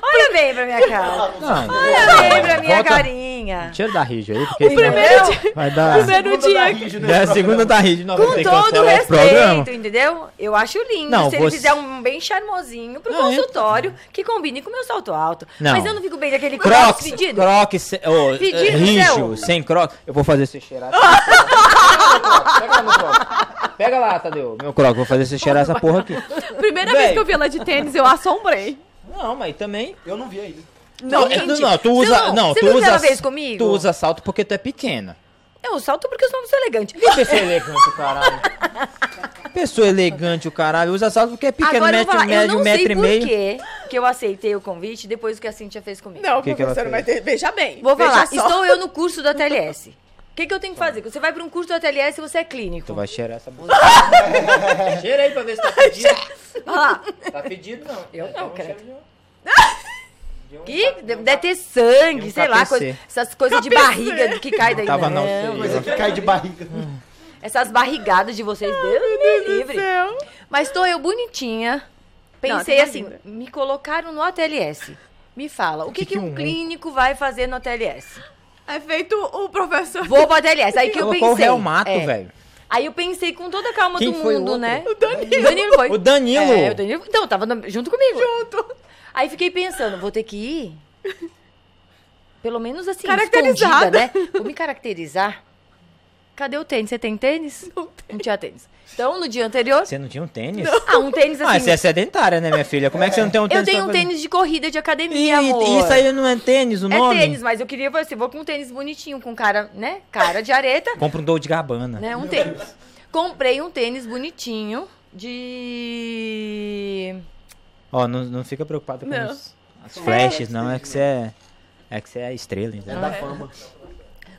D: Olha bem pra minha cara.
B: Não,
D: Olha bem pra minha
B: Volta-
D: carinha.
B: Tira da rige aí, porque
D: O
B: senão
D: primeiro
B: vai dar...
A: Segunda
D: primeiro
A: da
D: dia
A: Rige, né?
B: É a segunda da rede, não
D: Com todo
B: cancelar esse
D: respeito, entendeu? Eu acho lindo
B: Não,
D: se ele
B: você-
D: fizer um bem charmosinho pro
B: Não, eu-
D: consultório que combine com o meu salto alto.
B: Não.
D: Mas eu não fico bem daquele crocs
B: Crocs,
D: fedido.
B: Crocs, se- ô,
D: Fedido,
B: eh, rijo,
D: seu.
B: sem Crocs. Eu vou fazer você cheirar. Pega lá, meu Crocs. Pega lá, Tadeu. Meu Crocs, vou fazer você cheirar essa porra aqui.
C: Primeira
B: Véi.
C: vez que eu vi ela de tênis, eu assombrei.
B: Não, mas também...
A: Eu não vi ainda.
D: É.
B: Não,
D: gente,
B: não, não, tu
D: você
B: usa... Não,
D: você
B: tu
D: viu
B: usa...
D: aquela vez comigo?
B: Tu usa salto porque tu é pequena.
D: Eu salto porque eu sou uma pessoa elegante.
B: Que pessoa elegante, o caralho. Pessoa elegante, o caralho. Usa salto porque é pequena,
D: Agora eu vou
B: metro e
D: falar, eu
B: médio,
D: não sei
B: metro e
D: por
B: meio.
D: quê que eu aceitei o convite depois do que a Cintia fez comigo.
B: O
E: Não,
B: que que ela
E: professora, mas veja bem.
D: Vou
E: veja
D: falar,
E: só.
D: estou eu no curso do TLS. O que, que eu tenho que fazer? Você vai para um curso do TLS e você é clínico.
B: Tu vai cheirar essa bolsa. Cheira aí pra ver se tá fedido.
D: Vai lá.
B: Tá fedido, não.
D: Eu não,
B: Então,
D: credo.
B: cheiro de um-
D: Que
B: de um-
D: deve ter sangue,
B: um
D: sei lá,
B: KPC.
D: coisa- essas coisas de barriga que cai daí.
B: Tava não,
A: Coisa é que
B: sei.
A: cai de barriga.
D: Essas barrigadas de vocês, Deus me livre. Mas estou eu bonitinha. Pensei
C: Não, tá
D: assim,
C: linda.
D: me colocaram no TLS. Me fala, o que, que,
B: que
D: um
B: um-
D: clínico vai fazer no TLS?
E: É feito o professor.
D: Vou para TLS. Aí que eu
B: Colocou o
D: pensei.
B: Real Mato,
D: é,
B: velho.
D: Aí eu pensei com toda a calma
B: Quem
D: do
B: foi o
D: mundo,
B: outro?
D: né? O Danilo. O Danilo foi.
B: O Danilo.
D: É, o Danilo. Então, tava no- junto comigo. Junto. Aí fiquei pensando, vou ter que ir. Pelo menos assim,
E: Caracterizada.
D: escondida, né? Vou me caracterizar. Cadê o tênis? Você tem tênis? Não, tinha tênis. Então, no dia anterior.
B: Você não tinha um tênis?
D: Ah, um tênis assim.
B: Ah, você é sedentária, né, minha filha? Como é que você não tem um tênis?
D: eu tenho um
B: pra fazer?
D: tênis de corrida de
B: Ih,
D: academia, amor.
B: isso aí não é tênis, o
D: é
B: nome?
D: tênis, mas eu queria você. Vou com um tênis bonitinho, com cara, né? Cara de areta.
B: Compra um Gold Gabbana.
D: né? Um tênis. Comprei um tênis bonitinho de.
B: Ó, não, não fica preocupado com
E: Não.
B: os, as flashes, não. É que você é... É que você é estrela,
A: É
B: entendeu?
A: da fama.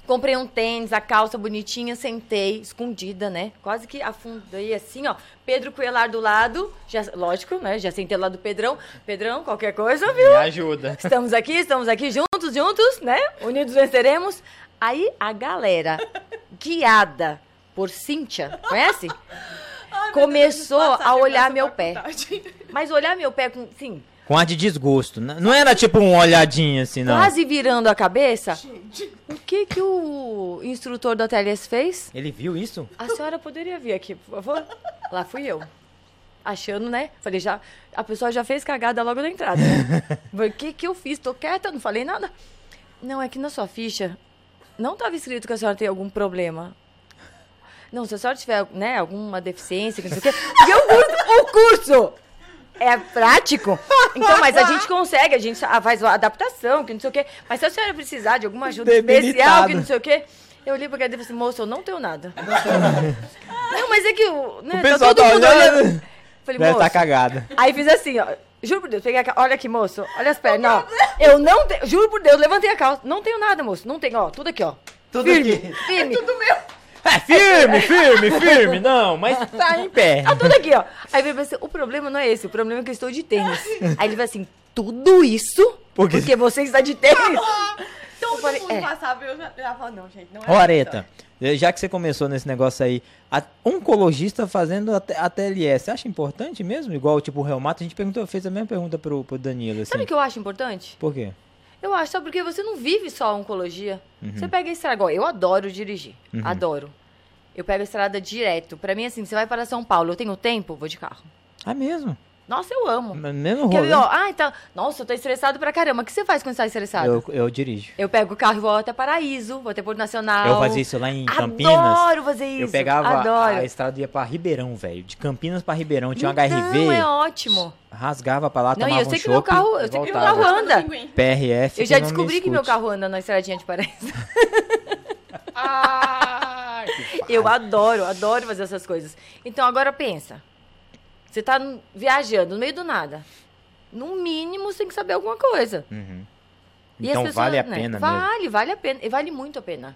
D: Comprei um tênis, a calça bonitinha, sentei, escondida, né? Quase que afundei assim, ó. Pedro Coelar do lado, já, lógico, né? Já sentei lá do Pedrão. Pedrão, qualquer coisa, viu?
B: Me ajuda.
D: Estamos aqui, estamos aqui juntos, juntos, né? Unidos venceremos. Aí a galera, guiada por Cíntia, conhece? Começou a olhar meu pé. Mas olhar meu pé com. Sim,
B: Com ar de desgosto. né? Não era tipo um olhadinho assim, não.
D: quase virando a cabeça, o que que o instrutor do TLS fez?
B: Ele viu isso?
D: A senhora poderia vir aqui, por favor? Lá fui eu. Achando, né? Falei, já, a pessoa já fez cagada logo na entrada, né? Falei, O que que eu fiz? Tô quieta, não falei nada. Não, é que na sua ficha não estava escrito que a senhora tem algum problema. Não, se a senhora tiver, né, alguma deficiência, que não sei o quê. Porque eu curto o curso! É prático? Então, mas a gente consegue, a gente faz a adaptação, que não sei o quê. Mas se a senhora precisar de alguma ajuda
B: Debilitado.
D: especial, que não sei o quê. Eu olhei pra cara dele e falei assim, moça, eu não tenho nada. não, mas é que o. Né,
B: O
D: tá
B: pessoal
D: todo
B: tá
D: mundo
B: olhando.
D: olhando. Falei,
B: Deve tá
D: moço.
B: estar cagada.
D: Aí fiz assim, ó. Juro por Deus, peguei a calça. Olha aqui, moço. Olha as pernas. ó. Eu não tenho. Juro por Deus, levantei a calça. Não tenho nada, moço. Não tenho, ó. Tudo aqui, ó.
A: Tudo
D: firme.
A: aqui.
D: Firme. É tudo meu.
B: É, firme, firme, firme. Não, mas tá em pé.
D: tudo aqui, ó. Aí ele falou assim: o problema não é esse, o problema é que eu estou de tênis. Aí ele falou assim: tudo isso
B: Por quê?
D: porque você está de tênis?
E: Todo
D: Eu falei,
E: mundo
D: é.
E: passava e eu já, já falava, não, gente, não é
B: Ó,
E: isso.
B: Areta, já que você começou nesse negócio aí, a- oncologista fazendo a, T- a TLS, você acha importante mesmo? Igual, tipo, o reumato, a gente perguntou, fez a mesma pergunta pro, pro Danilo, assim.
D: Sabe o que eu acho importante?
B: Por quê?
D: Eu acho, sabe porque você não vive só a oncologia.
B: Uhum.
D: Você pega a estrada. ó, Eu adoro dirigir. Adoro. Eu pego a estrada direto. Pra mim, assim, você vai para São Paulo, eu tenho tempo, vou de carro.
B: Ah, mesmo?
D: Nossa, eu amo.
B: Mesmo Hum.
D: Quer
B: rolê.
D: ver, ó? Ah, então. Nossa, eu tô estressado pra caramba. O que você faz quando você tá estressado? Eu,
B: Eu, eu dirijo.
D: pego o carro e vou até Paraíso, vou até Porto Nacional.
B: Eu fazia isso lá em Campinas.
D: Ah, Adoro fazer isso.
B: Eu pegava
D: Adoro.
B: a estrada e ia pra Ribeirão, velho. De Campinas pra Ribeirão, tinha um
D: Então,
B: HRV.
D: é ótimo.
B: Rasgava pra lá,
D: Não, e
B: tomava
D: eu sei
B: um
D: que meu
B: chopp
D: carro-
B: e
D: eu sei que meu
B: voltava.
D: carro- Anda.
E: Pinguim.
B: PRF.
D: Eu já descobri que meu carro anda na estradinha de Paraíso. Eu adoro, adoro fazer essas coisas. Então agora pensa. Você tá n- viajando no meio do nada. No mínimo você tem que saber alguma coisa. E as
B: Então
D: pessoas,
B: vale a
D: né,
B: pena mesmo.
D: Vale, vale a pena. E vale muito a pena.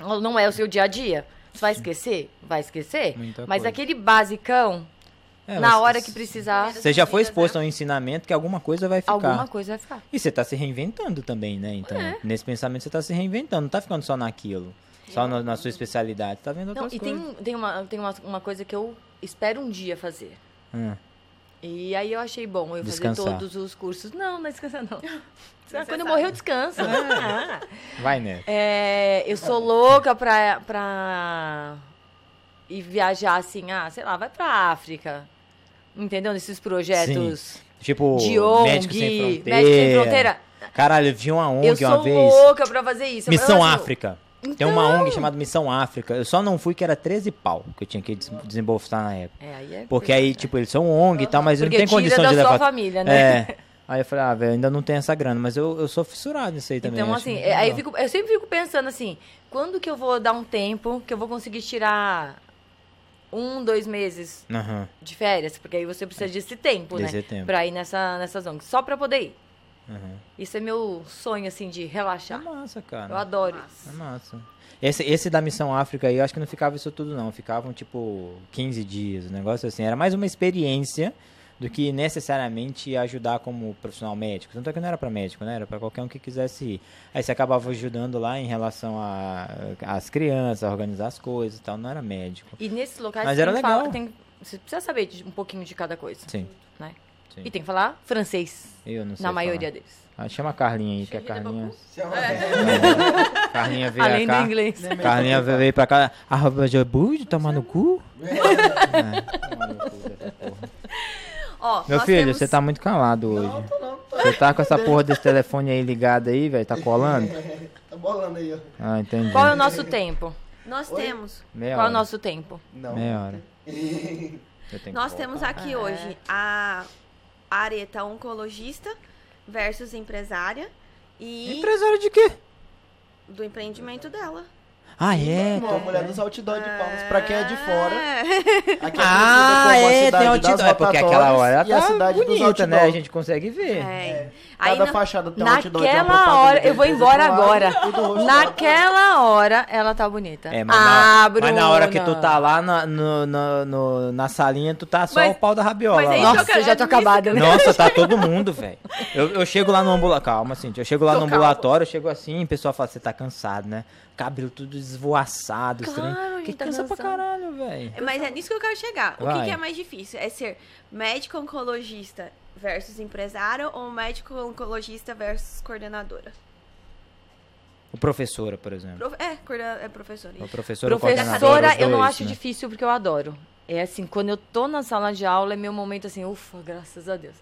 D: Não é o seu dia a dia. Você vai esquecer? Vai esquecer.
B: Muita
D: Mas
B: coisa.
D: aquele basicão,
B: É,
D: na
B: mas-
D: hora que precisar,
B: Você já foi exposto a um ensinamento que alguma coisa vai ficar.
D: né? alguma É. coisa vai ficar.
B: E você tá se reinventando também, né? Então, nesse pensamento você tá se reinventando, não tá ficando só naquilo. Só na- na sua especialidade, tá vendo
D: Não,
B: outras
D: e
B: coisas.
D: tem, tem, uma, tem uma, uma coisa que eu espero um dia fazer.
B: Hum.
D: E aí eu achei bom eu
B: Descansar.
D: fazer todos os cursos. Não, não descansa não.
E: Descansar.
D: Quando eu morrer eu
B: É.
D: descanso. Ah.
B: Vai, né?
D: É, eu sou louca pra, pra ir viajar assim, ah, sei lá, vai pra África. Entendeu? Nesses projetos
B: Tipo,
D: de ONG,
B: médico sem fronteira.
D: Médico Sem Fronteira.
B: Caralho, eu vi uma ONG
D: Eu
B: uma
D: sou
B: vez.
D: louca pra fazer isso. Eu-
B: Missão
D: eu-
B: África. Então, Tem uma ONG chamada Missão África. Eu só não fui que era 13 pau que eu tinha que des- desembolsar na época.
D: É, aí é
B: Porque aí, tipo, eles são ONG e tal, mas
D: Porque
B: eu não tenho
D: tira
B: condição
D: da
B: de
D: sua
B: levar.
D: família, né?
B: É. Aí eu falei, ah, velho, ainda não tenho essa grana, mas eu, eu sou fissurado nisso aí também.
D: Então,
B: acho
D: assim,
B: muito
D: é, aí eu,
B: legal.
D: fico- eu sempre fico pensando assim, quando que eu vou dar um tempo que eu vou conseguir tirar um, dois meses
B: Aham,
D: de férias? Porque aí você precisa desse tempo, né?
B: Desse tempo.
D: Pra ir nessa, nessas ONGs, só pra poder ir.
B: aham.
D: Isso é meu sonho, assim, de
B: É
D: relaxar.
B: massa, cara.
D: Eu adoro isso.
B: É massa. Esse, esse da Missão África aí, eu acho que não ficava isso tudo, não. Ficavam, tipo, 15 dias, um negócio assim. Era mais uma experiência do que necessariamente ajudar como profissional médico. Tanto é que não era pra médico, né? Era pra qualquer um que quisesse ir. Aí você acabava ajudando lá em relação a- às crianças, a organizar as coisas e tal. Não era médico.
D: E nesses locais
B: Mas
D: você
B: era
D: tem que
B: legal.
D: falar- tem- você precisa saber de- um pouquinho de cada coisa,
B: Sim.
D: né?
B: Sim.
D: E tem que falar francês,
B: Eu não sei.
D: na
B: falar.
D: maioria deles.
B: Ah, chama a Carlinha aí, que a
A: tá
B: Carlinha.
D: É.
B: É, né? Carlinha veio
D: Além do
B: cá.
A: é
D: inglês.
B: Carlinha veio pra cá. Ah, Jabu, tomar no cu? É.
E: Ó,
B: Meu
E: nós
B: filho,
E: temos-
B: você tá muito calado hoje.
A: Não, tô não, tô.
B: Você tá com essa porra desse telefone aí ligado aí, velho? Tá colando?
A: Tá bolando aí, ó.
B: Ah, entendi.
D: Qual é o nosso tempo?
C: Nós temos.
B: Meia
D: Qual é
B: hora.
D: o nosso tempo?
A: Não.
B: Meia hora. Eu tenho que
C: Nós
B: voltar.
C: temos aqui
A: É.
C: hoje a Areta oncologista versus empresária e
B: Empresário de quê?
C: do empreendimento dela.
B: Ah, é?
A: Não, a mulher dos outdoor de palmas. Pra quem é de fora,
C: É.
A: aqui é
B: Ah,
A: conhecida como a
B: é,
A: cidade
B: tem
A: das
B: altitude. É porque
A: rotatórias
B: aquela hora
A: e a
B: tá
A: cidade dos
B: bonita, né?
A: outdoor.
B: A gente consegue ver.
C: É. Aí
A: Cada
C: na-
A: fachada tem um outdoor de uma propaganda
D: Naquela hora,
A: da
D: eu vou
A: empresa
D: embora
A: de um lado,
D: agora.
A: e do outro lado.
D: Naquela hora, ela tá bonita.
B: É, mas,
D: ah,
B: na, mas na hora que tu
D: Bruna.
B: tá lá na, no- no- no- na salinha, tu tá só
E: Mas-
B: o pau da rabiola.
E: mas aí
B: lá.
E: troca-
D: Nossa, eu já tô
E: É
D: acabada, né?
B: Nossa, tá todo mundo, velho. Eu, eu chego lá no ambulatório. Calma, assim, eu chego lá no ambulatório, eu chego assim, o pessoal fala, você tá cansado, né? Cabelo tudo esvoaçado, estranho.
D: Claro,
B: que
D: tá
B: cansa pra
D: cansado.
B: caralho, velho.
C: Mas é nisso que eu quero chegar. O que
B: Vai.
C: que é mais difícil? É ser médico oncologista versus empresária ou médico oncologista versus coordenadora?
B: O professora, por exemplo.
C: Pro- É, coordena- é professora.
B: O
C: isso.
B: professor ou coordenador,
D: Professora,
B: os
D: eu não
B: dois,
D: acho
B: né?
D: difícil porque eu adoro. É assim, quando eu tô na sala de aula, é meu momento assim, ufa, graças a Deus.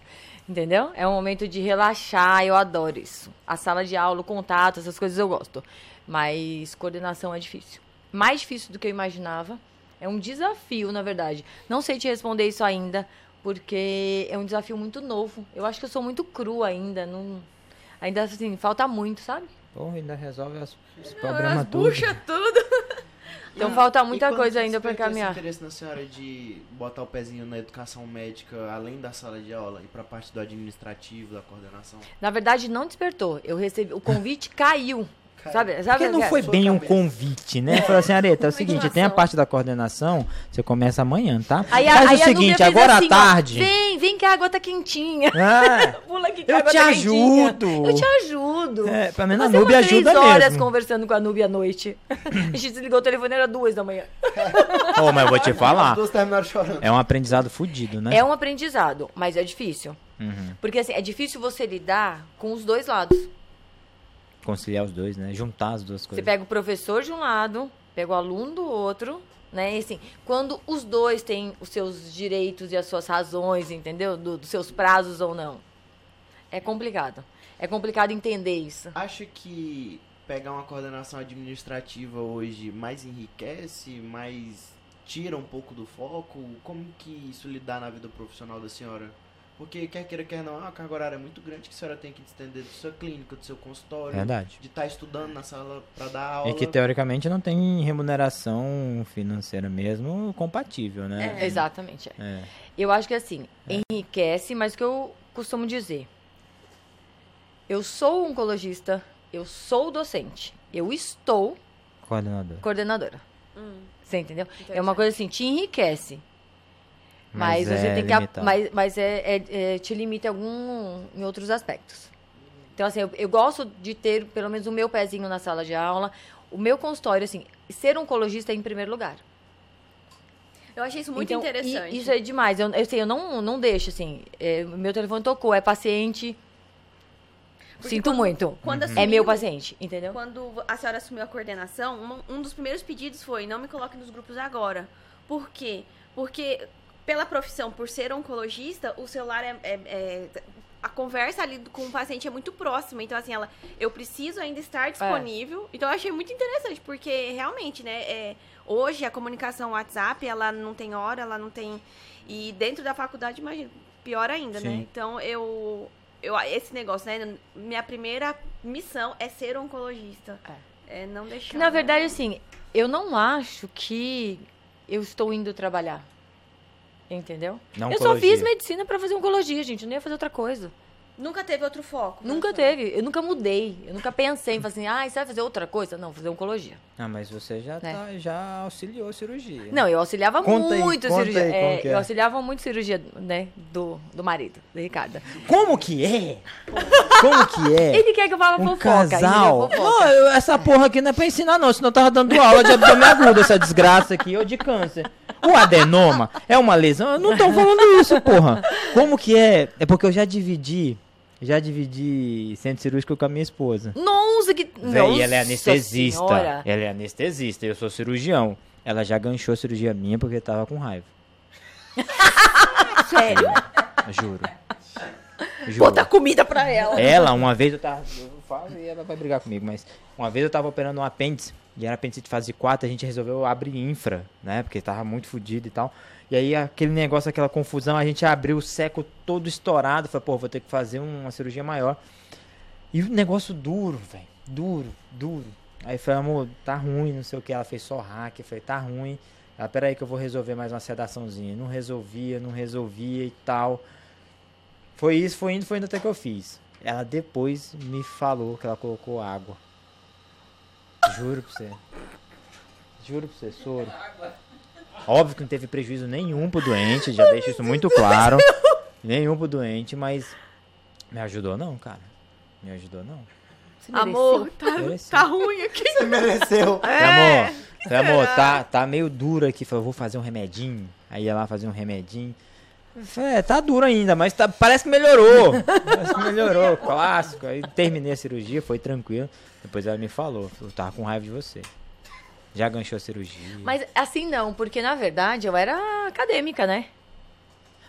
D: Entendeu? É um momento de relaxar, eu adoro isso. A sala de aula, o contato, essas coisas eu gosto. Mas coordenação é difícil. Mais difícil do que eu imaginava. É um desafio, na verdade. Não sei te responder isso ainda, porque é um desafio muito novo. Eu acho que eu sou muito cru ainda. Não... Ainda assim, falta muito, sabe?
B: Porra, ainda resolve as- os
E: Elas
B: problemas tudo.
E: puxa tudo.
D: Então falta
A: Ah, E
D: muita
A: quando
D: coisa
A: que
D: ainda pra
A: despertou
D: caminhar.
A: Esse interesse na senhora de botar o pezinho na educação médica além da sala de aula e pra parte do administrativo, da coordenação.
D: Na verdade, não despertou. Eu recebi. O convite caiu.
A: Cara,
D: Sabe? sabe é?
B: Porque não foi
A: sua
B: bem um
A: cabeça.
B: convite, né? Falou assim, Areta, é o
D: Uma
B: seguinte, tem a
D: intimação.
B: parte da coordenação, você começa amanhã, tá?
D: Aí, a-
B: Faz
D: aí
B: o
D: a Núbia
B: seguinte,
D: fez
B: agora
D: assim,
B: à
D: ó,
B: tarde.
D: vem, vem que a água tá quentinha.
B: É,
D: Pula aqui que a
B: eu
D: água
B: te
D: tá quentinha.
B: ajudo.
D: Eu te ajudo.
B: É, pelo menos a
D: Nós temos
B: Nubia ajuda
D: três horas
B: mesmo.
D: conversando com a Nubia à noite. A gente desligou o telefone, era duas da manhã.
B: Ô, mas eu vou te
A: As
B: falar,
A: duas terminaram chorando.
B: é um aprendizado fudido, né?
D: É um aprendizado, mas é difícil.
B: Uhum.
D: Porque assim, é difícil você lidar com os dois lados.
B: Conciliar os dois, né? Juntar as duas
D: Você
B: coisas.
D: pega o professor de um lado, pega o aluno do outro, né? E assim, quando os dois têm os seus direitos e as suas razões, entendeu? Do- dos seus prazos ou não. É complicado. É complicado entender isso.
A: Acho que pegar uma coordenação administrativa hoje mais enriquece, mais tira um pouco do foco? Como que isso lhe dá na vida profissional da senhora? Porque quer queira, quer não, é uma carga horária muito grande que a senhora tem que distender da sua clínica, do seu consultório,
B: Verdade.
A: de estar estudando na sala pra dar aula.
B: E que teoricamente não tem remuneração financeira mesmo compatível, né?
D: Exatamente. é.
B: É.
D: Eu acho que assim, enriquece, mas o que eu costumo dizer. Eu sou um oncologista, eu sou docente, eu estou
B: Coordenador.
D: coordenadora.
C: Hum,
D: Você entendeu? É uma
C: interessante.
D: coisa assim, te enriquece. Mas, você
B: é
D: tem que. a-
B: limitado.
D: Mas, mas é, é- é- te limita em algum, em outros aspectos. Então, assim, eu, eu gosto de ter pelo menos o meu pezinho na sala de aula, o meu consultório, assim, ser oncologista é em primeiro lugar.
C: Eu achei isso muito
D: Então, i-
C: interessante.
D: Isso é demais. Eu, eu, sei, eu não, não deixo, assim. é, meu telefone tocou, é paciente.
C: Porque
D: Sinto
C: quando-
D: muito.
C: quando
D: É meu
C: assumiu-
D: paciente, entendeu?
C: Quando a senhora assumiu a coordenação, uma- um dos primeiros pedidos foi: não me coloque nos grupos agora. Por quê? Porque, pela profissão, por ser oncologista, o celular é. é- é- a conversa ali com o paciente é muito próxima. Então, assim, ela, eu preciso ainda estar disponível. Então, eu achei muito interessante, porque realmente, né? é, hoje a comunicação WhatsApp, ela não tem hora, ela não tem. E dentro da faculdade, imagina, pior ainda, né?
B: Sim.
C: Então, eu eu, esse negócio, né? Minha primeira missão é ser oncologista. É, não deixar.
D: Na
C: né?
D: verdade, assim, eu não acho que eu estou indo trabalhar. Entendeu?
B: Não
D: eu só fiz medicina pra fazer oncologia, gente. Eu não ia fazer outra coisa.
C: nunca teve outro foco. né?
D: Nunca teve. Eu nunca mudei. Eu nunca pensei em falar assim, ah, você vai fazer outra coisa? Não, fazer oncologia.
B: Ah, mas você já, tá- já auxiliou a cirurgia.
D: Né? Não, eu auxiliava
B: Conta aí,
D: muito a
B: conta
D: cirurgia.
B: aí como
D: É,
B: que é.
D: Eu auxiliava muito a cirurgia, né, do, do marido, do Ricardo.
B: Como que é? Como que é?
D: Ele quer que eu fale
B: Um
D: fofoca. ele quer
B: casal.
D: fofoca.
B: Não, eu- essa porra aqui não é pra ensinar, não. Senão eu tava dando aula de abdômen agudo, essa desgraça aqui, ou de câncer. O adenoma é uma lesão. Eu não tô falando isso, porra. Como que é? É porque eu já dividi. Já dividi centro cirúrgico com a minha esposa.
D: Nossa, que.
B: Véi, e
D: Nossa
B: ela é anestesista.
D: Senhora.
B: Ela é anestesista, eu sou cirurgião. Ela já ganchou a cirurgia minha porque tava com raiva. Sério? Juro. Juro.
E: Bota comida pra ela.
B: Ela, uma vez eu tava. Eu falo e ela vai brigar comigo, mas. Uma vez eu tava operando um apêndice. E era apêndice de fase 4, a gente resolveu abrir infra, né? Porque tava muito fudido e tal. E aí aquele negócio, aquela confusão, a gente abriu o seco todo estourado. Falei, pô, vou ter que fazer uma cirurgia maior. E o negócio duro, velho. Duro, duro. Aí eu falei, amor, tá ruim, não sei o que. Ela fez só hack. Eu falei, tá ruim. Ela, peraí que eu vou resolver mais uma sedaçãozinha. Não resolvia, não resolvia e tal. Foi isso, foi indo, foi indo até que eu fiz. Ela depois me falou que ela colocou água. Juro pra você. Juro pra você, soro. Óbvio que não teve prejuízo nenhum pro doente, já deixo isso muito claro. Nenhum pro doente, mas me ajudou não, cara. Me ajudou não.
D: Você mereceu.
E: Amor, tá,
B: Mereci.
E: tá ruim aqui.
A: Você mereceu.
D: É.
B: Falei, amor, falei, amor, tá, tá meio duro aqui. Falei, eu vou fazer um remedinho. Aí ia lá fazer um remedinho. Eu Falei, é, tá duro ainda, mas tá- parece que melhorou. Parece que melhorou, clássico. Aí terminei a cirurgia, foi tranquilo. Depois ela me falou, eu tava com raiva de você. Já ganchou a cirurgia.
D: Mas assim não, porque na verdade eu era acadêmica, né?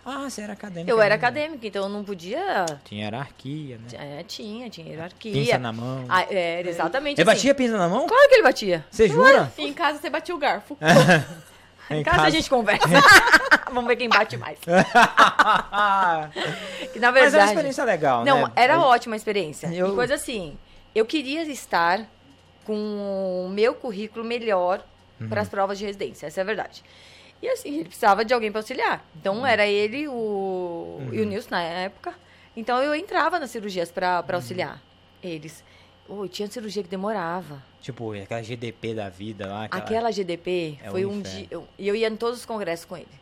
B: Ah, você era acadêmica.
D: Eu era
B: né?
D: acadêmica, então eu não podia.
B: Tinha hierarquia, né?
D: É, tinha, tinha hierarquia.
B: Pinça na mão.
D: Ah, era exatamente.
B: Ele
D: assim.
B: batia pinça na mão?
D: Claro que ele batia.
B: Você jura?
E: E em casa você batia o garfo.
B: É,
D: Em casa, a gente conversa. Vamos ver quem bate mais.
B: Ah,
D: Que, na
B: mas é uma
D: verdade.
B: é experiência legal,
D: não,
B: né?
D: era
B: Eu-
D: ótima a experiência. E
B: Eu-
D: coisa assim. eu queria estar com o meu currículo melhor
B: Uhum.
D: para as provas de residência, essa é a verdade. E assim, ele precisava de alguém para auxiliar. Então
B: Uhum.
D: era ele o, e o Nilson na época. Então eu entrava nas cirurgias para
B: Uhum.
D: auxiliar eles. Oi, tinha cirurgia que demorava.
B: Tipo, aquela GDP da vida lá. Aquela...
D: Aquela GDP
B: É
D: foi
B: um
D: um
B: inferno.
D: dia. eu- E eu, ia em todos os congressos com ele.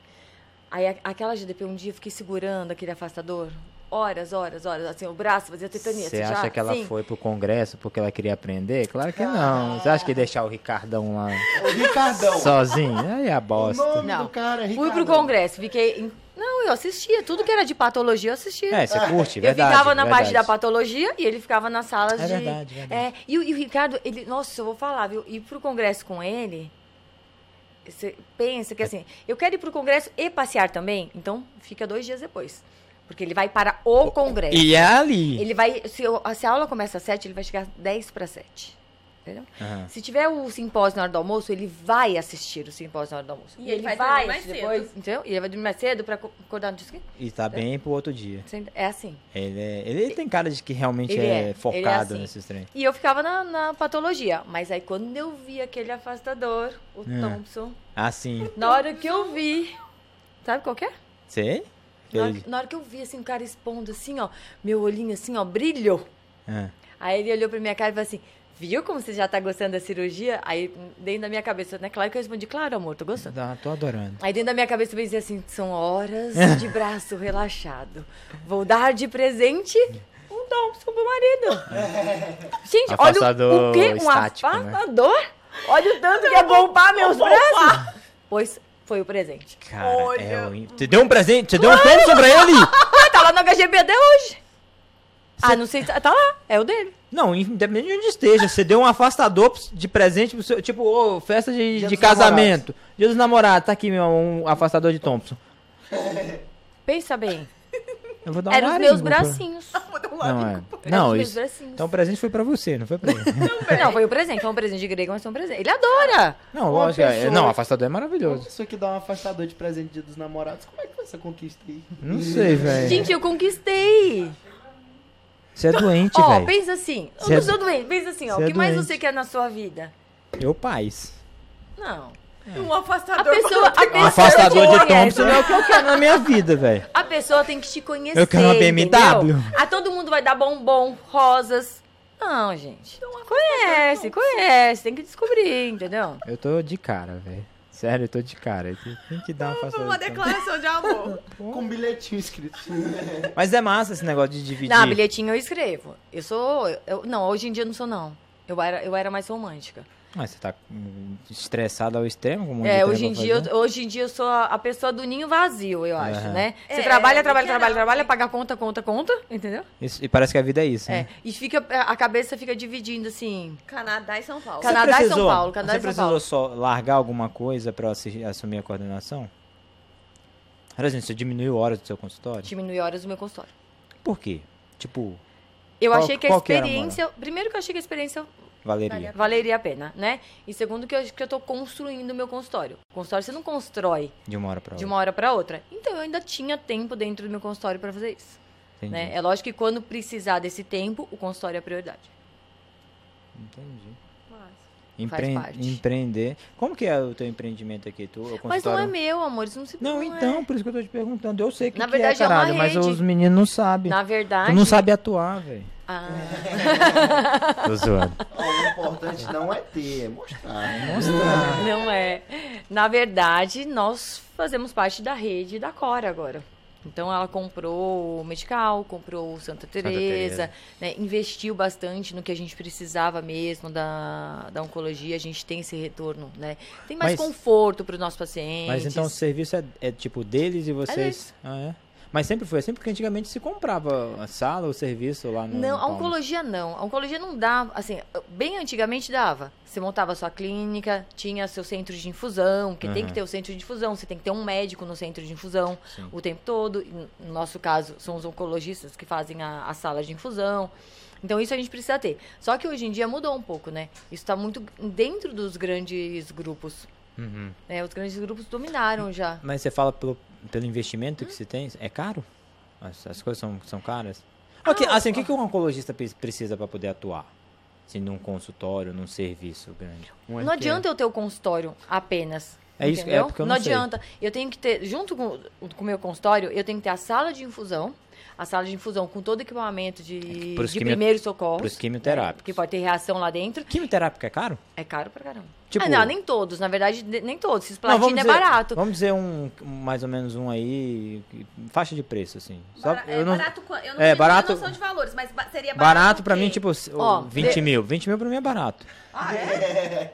D: Aí a- aquela GDP, um dia eu fiquei segurando aquele afastador. Horas, horas, horas. Assim, o braço fazia tetania.
B: Você
D: assim, já,
B: acha que ela
D: assim.
B: foi pro congresso porque ela queria aprender? Claro que não. Você acha que ia deixar o Ricardão lá
A: O Ricardão.
B: sozinho? Aí é a
A: O
B: bosta.
A: nome
D: Não.
A: do cara é
D: Fui
A: Ricardão.
D: pro congresso, fiquei. em- Não, eu assistia. Tudo que era de patologia, eu assistia.
B: É, você curte,
D: tá. eu
B: verdade.
D: ficava na parte da
B: verdade.
D: patologia e ele ficava nas salas
B: É
D: de.
B: verdade, verdade.
D: É, e, o- e o Ricardo, ele. Nossa, eu vou falar, viu? Ir pro congresso com ele. Você pensa que assim, eu quero ir pro congresso e passear também, então fica dois dias depois. Porque ele vai para o congresso.
B: E é ali.
D: Ele vai. Se, eu- se a aula começa às 7, ele vai chegar às 10 para 7. Entendeu?
B: Aham.
D: Se tiver o simpósio na hora do almoço, ele vai assistir o simpósio na hora do almoço.
E: E ele vai dormir mais
D: assistir
E: cedo.
D: Entendeu? E ele vai dormir mais cedo pra co- acordar no dia seguinte.
B: E tá bem pro outro dia.
D: Sem- É assim.
B: Ele, é- ele tem cara de que realmente
D: Ele é.
B: é,
D: Ele é
B: focado
D: assim.
B: nesses trem.
D: E eu ficava na, na patologia. Mas aí quando eu vi aquele afastador, o
B: É.
D: Thompson,
B: Assim,
D: na hora que eu vi. Sabe qual que é?
B: sei?
D: Na hora, na hora que eu vi, assim, o cara expondo assim, ó, meu olhinho assim, ó, brilhou.
B: Ah.
D: Aí ele olhou pra minha cara e falou assim: Viu como você já tá gostando da cirurgia? Aí dentro da minha cabeça, né? Claro que eu respondi: Claro, amor, tô gostando.
B: Tá, tô adorando.
D: Aí dentro da minha cabeça eu pensei assim: São horas de braço relaxado. Vou dar de presente um Thompson pro marido. Gente, olha o,
B: Afastador
D: o quê? Um
B: estático, né?
D: afastador? Olha o tanto que é bombar meus braços. Pois foi o presente.
B: Cara, é ruim. Você deu um presente? Você deu um Thompson pra ele?
D: Ah, tá lá no HGB até hoje. Ah, não sei. se- Tá lá, é o dele.
B: Não, independente de onde esteja, você deu um afastador pro- de presente pro seu. Tipo, ô, festa de, de
A: dos
B: casamento. Dia dos namorados, tá aqui, meu, um afastador de Thompson.
D: Pensa bem.
B: Eu vou dar um
D: Eram os
B: laringo
D: meus
B: pra-
D: bracinhos.
B: Não, é.
D: Eram os
B: Não,
D: meus
B: isso.
D: bracinhos.
B: Então o presente foi pra você, não foi pra ele.
D: Não, foi um presente. Foi um presente de grego, mas foi um presente. Ele adora.
B: não, lógico. é-
A: pessoa-
B: Não, o afastador é
A: Uma
B: maravilhoso.
A: pessoa que dá um afastador de presente dia dos namorados, como é que foi essa conquista aí?
B: Não sei, velho.
D: Gente, eu conquistei.
B: Você é doente,
D: Ó,
B: velho.
D: pensa assim. Eu
B: Cê é
D: não sou doente. Pensa assim, ó. O
B: cê é
D: que mais
B: doente.
D: você quer na sua vida?
B: Eu paz.
D: Não.
E: Um
D: A
E: afastador.
D: pessoa, a pessoa
B: Um afastador
D: te
B: de
D: conhece.
B: Thompson não é o que eu quero na minha vida, velho.
D: A pessoa tem que te conhecer,
B: Eu quero uma
D: entendeu?
B: BMW.
D: A todo mundo vai dar bombom, rosas. Não, gente. Conhece, conhece. Tem que descobrir, entendeu?
B: Eu tô de cara, velho. Sério, eu tô de cara. Tem que dar uma
E: Foi
B: afastador.
E: uma
B: de Thompson.
E: declaração de amor.
D: Hum?
A: Com um bilhetinho escrito.
B: Mas é massa esse negócio de dividir.
D: Não, bilhetinho eu escrevo. Eu sou... eu- não, hoje em dia eu não sou, não. Eu era, eu era mais romântica.
B: Mas você tá hum, estressado ao extremo? Com um monte de
D: É,
B: trem
D: hoje em,
B: pra
D: dia,
B: fazer?
D: eu, hoje em dia eu sou a, a pessoa do ninho vazio, eu acho,
B: Aham.
D: né? Você
E: É,
D: trabalha,
E: é,
D: trabalha,
E: literal,
D: trabalha, trabalha,
E: sim.
D: paga conta, conta, conta, entendeu?
B: Isso- e parece que a vida é isso,
D: É.
B: né?
D: E fica, a cabeça fica dividindo, assim.
E: Canadá e São Paulo.
D: Ca- Canadá e São
B: precisou-
D: Paulo, Canadá
B: você
D: e São
B: precisou
D: Paulo.
B: só largar alguma coisa pra assi- assumir a coordenação? Por exemplo, você diminuiu horas do seu consultório?
D: Diminui horas do meu consultório.
B: Por quê? Tipo,
D: Eu
B: Qual-
D: achei que a
B: qual que era,
D: experiência. primeiro que eu achei que a experiência
B: Valeria.
D: valeria a pena, né? E segundo que eu acho que eu tô construindo o meu consultório. O consultório você não constrói
B: De uma hora pra outra.
D: de uma hora pra outra. Então eu ainda tinha tempo dentro do meu consultório pra fazer isso.
B: Entendi.
D: Né? É lógico que quando precisar desse tempo, o consultório é a prioridade.
B: Entendi.
E: Mas-
B: Empre-
D: parte.
B: Empreender. Como que é o teu empreendimento aqui? Tu, o
D: Mas não é
B: consultório- um-
D: meu, amor. Isso não se
B: Não,
D: é.
B: então, por isso que eu tô te perguntando. Eu sei que,
D: Na
B: que
D: verdade, é
B: é,
D: uma
B: caralho, mas
D: rede.
B: os meninos não sabem.
D: Na
B: Tu
D: verdade.
B: não sabe atuar, velho.
D: Ah,
B: Tô zoando.
A: Ó, o importante não é ter, é
B: Ah,
A: mostrar.
D: não é. Na verdade, nós fazemos parte da rede da Cora agora. Então ela comprou o Medical, comprou o Santa Teresa,
B: Teresa.
D: né, investiu bastante no que a gente precisava mesmo da, da oncologia. A gente tem esse retorno, né? Tem mais
B: Mas-
D: conforto para os nossos pacientes.
B: Mas então o serviço é, é tipo deles e vocês.
D: deles.
B: Ah, é? Mas sempre foi assim, porque antigamente se comprava a sala ou serviço lá no.
D: Não,
B: no
D: a
B: Palmas.
D: oncologia não. A oncologia não dá, assim, bem antigamente dava. Você montava sua clínica, tinha seu centro de infusão, que tem
B: Aham.
D: que ter o centro de infusão, você tem que ter um médico no centro de infusão
B: Sim.
D: o tempo todo. E No nosso caso, são os oncologistas que fazem a, a sala de infusão. Então isso a gente precisa ter. Só que hoje em dia mudou um pouco, né? Isso está muito dentro dos grandes grupos.
B: Uhum.
D: né? Os grandes grupos dominaram já.
B: Mas você fala pelo, pelo
D: Hum?
B: investimento que se tem? É caro?
D: Ah,
B: As, as coisas são, são caras? Ok, assim, o que, que um oncologista pre- precisa pra poder atuar? assim, num consultório, num serviço grande.
A: Um
D: Não adianta eu ter o consultório apenas.
B: É isso- é
D: entendeu?
B: porque eu não sei.
D: adianta. Eu tenho que ter, junto com com o meu consultório, eu tenho que ter a sala de infusão. A sala de infusão com todo o equipamento de,
B: Pros
D: de
B: quimio-
D: primeiros socorros.
B: pros quimioterápicos.
D: né, Que pode ter reação lá dentro.
B: Quimioterápica é caro?
D: É caro pra caramba.
B: Tipo-
D: Ah, não, nem todos. Na verdade, ne- nem todos. Esse
B: Não,
D: platina é
B: dizer-
D: barato.
B: Vamos dizer um, mais ou menos um aí, que- faixa de preço, assim. Só-
E: Bara-
B: eu
E: é
B: não-
E: barato qua- eu não
B: É,
E: tenho
B: barato-
E: noção de valores, mas ba- seria barato.
B: Barato
E: o
B: pra
E: quê?
B: mim, tipo, se-
D: é Ó,
B: 20
D: de-
B: mil. 20 mil pra mim é barato.
E: Ah, é?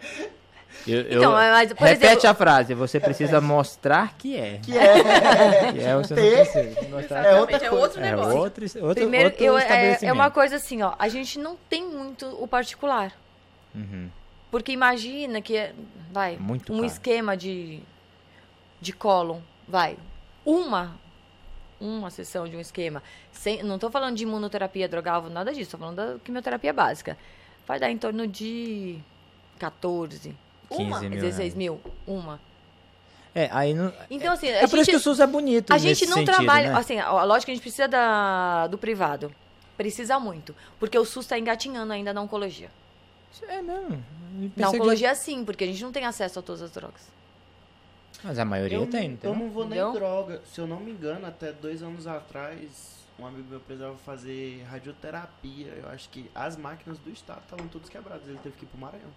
B: Eu,
D: Então, mas, por
B: Repete
D: exemplo-
B: a frase, você precisa mostrar que é.
A: Que é.
B: Que é, você não
A: Ter-
B: precisa mostrar
A: É
E: É,
B: que
A: outra coisa.
E: outro
B: é.
E: negócio.
B: outro, outro,
D: Primeiro,
B: outro
D: eu- é,
B: estabelecimento.
D: é uma coisa assim, ó. A gente não tem muito o particular.
B: Uhum.
D: Porque imagina que é, vai,
B: Muito
D: um
B: caro.
D: esquema de de cólon, vai, uma uma sessão de um esquema. Sem, não tô falando de imunoterapia drogável, nada disso, tô falando da quimioterapia básica. Vai dar em torno de 14,
B: 15
D: uma,
B: mil
D: 16
B: reais.
D: mil, uma.
B: É, aí não...
D: Então assim,
B: É
D: a
B: por isso que o
D: gente
B: SUS é bonito
D: a gente
B: nesse
D: não
B: sentido,
D: trabalha,
B: né?
D: assim, a lógica que a gente precisa da, do privado. Precisa muito, porque o SUS está engatinhando ainda na oncologia.
B: É mesmo. Eu
D: Na
B: pensei que-
D: oncologia sim, porque a gente não tem acesso a todas as drogas.
B: Mas a maioria
A: Eu,
B: tem, não tem?
A: eu não vou nem
D: Entendeu?
A: droga. Se eu não me engano, até dois anos atrás, um amigo meu precisava fazer radioterapia. Eu acho que as máquinas do estado estavam todas quebradas. Ele teve que ir pro Maranhão.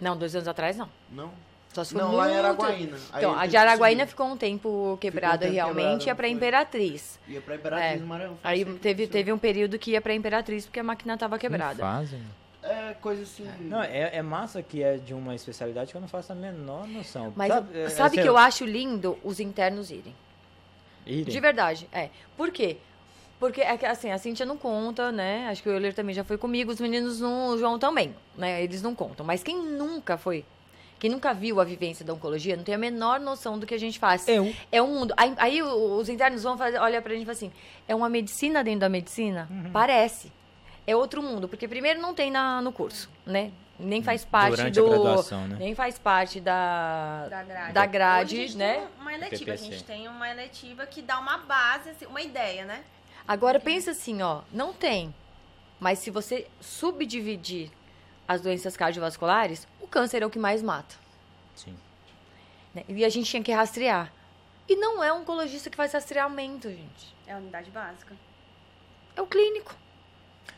D: Não, dois anos atrás não.
A: Não?
D: Só se for
A: não, lá em
D: muito-
A: Araguaína. Aí ele
D: Então, a
A: teve
D: de
A: que
D: Araguaína
A: subir.
D: ficou um tempo quebrada
A: tempo
D: realmente,
A: quebrada,
D: ia pra
A: foi.
D: Imperatriz.
A: Ia pra Imperatriz,
D: É.
A: no Maranhão. Foi
D: Aí
A: assim que
D: teve,
A: aconteceu.
D: teve um período que ia pra Imperatriz porque a máquina tava
B: Não
D: quebrada.
B: fazem. né?
D: um-
A: É, coisa assim.
B: Não, é, é massa que é de uma especialidade que eu não faço a menor noção.
D: Mas
B: sabe, é,
A: é,
D: sabe, que eu acho lindo os internos irem. De
B: acho...
D: verdade, é. Por quê? Porque é que assim, a Cintia não conta, né? Acho que o Euler também já foi comigo, os meninos não, o João também, né? Eles não contam. Mas quem nunca foi, quem nunca viu a vivência da oncologia, não tem a menor noção do que a gente faz.
B: Eu.
D: É um mundo. Aí, aí o- os internos vão fazer, olha pra gente e falam assim: é uma medicina dentro da medicina?
B: Uhum.
D: Parece. É outro mundo, porque primeiro não tem na, no curso, né? Nem faz parte
B: Uhum. Durante a
D: do.
B: graduação, né?
D: Nem faz parte da.
E: Da grade.
D: Da grade,
E: Hoje a gente
D: né?
E: Tem uma eletiva, a
B: PPC.
E: gente tem uma eletiva que dá uma base, assim, uma ideia, né?
D: Agora pensa assim, ó, não tem. Mas se você subdividir as doenças cardiovasculares, o câncer é o que mais mata.
B: Sim.
D: né? E a gente tinha que rastrear. E não é o oncologista que faz rastreamento, gente.
E: É a unidade básica.
D: É o clínico.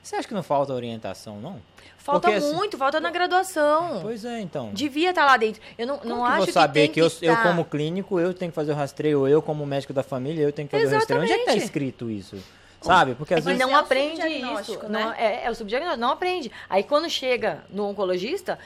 B: Você acha que não falta orientação, não?
D: Falta
B: Porque, assim,
D: muito, falta na graduação.
B: Pois é, então.
D: Devia estar lá dentro. Eu não,
B: Como
D: não
B: que
D: acho
B: vou saber
D: tem tá
B: eu, eu
D: estar.
B: como clínico, eu tenho que fazer o rastreio, eu como médico da família, eu tenho que fazer o rastreio. Onde é que tá
D: Exatamente.
B: escrito isso? Sabe? Porque às
D: Mas
B: vezes...
D: não
E: é o
D: aprende
E: subdiagnóstico,
D: isso.
E: né?
D: Não, é, é o subdiagnóstico, não aprende. Aí quando chega no oncologista,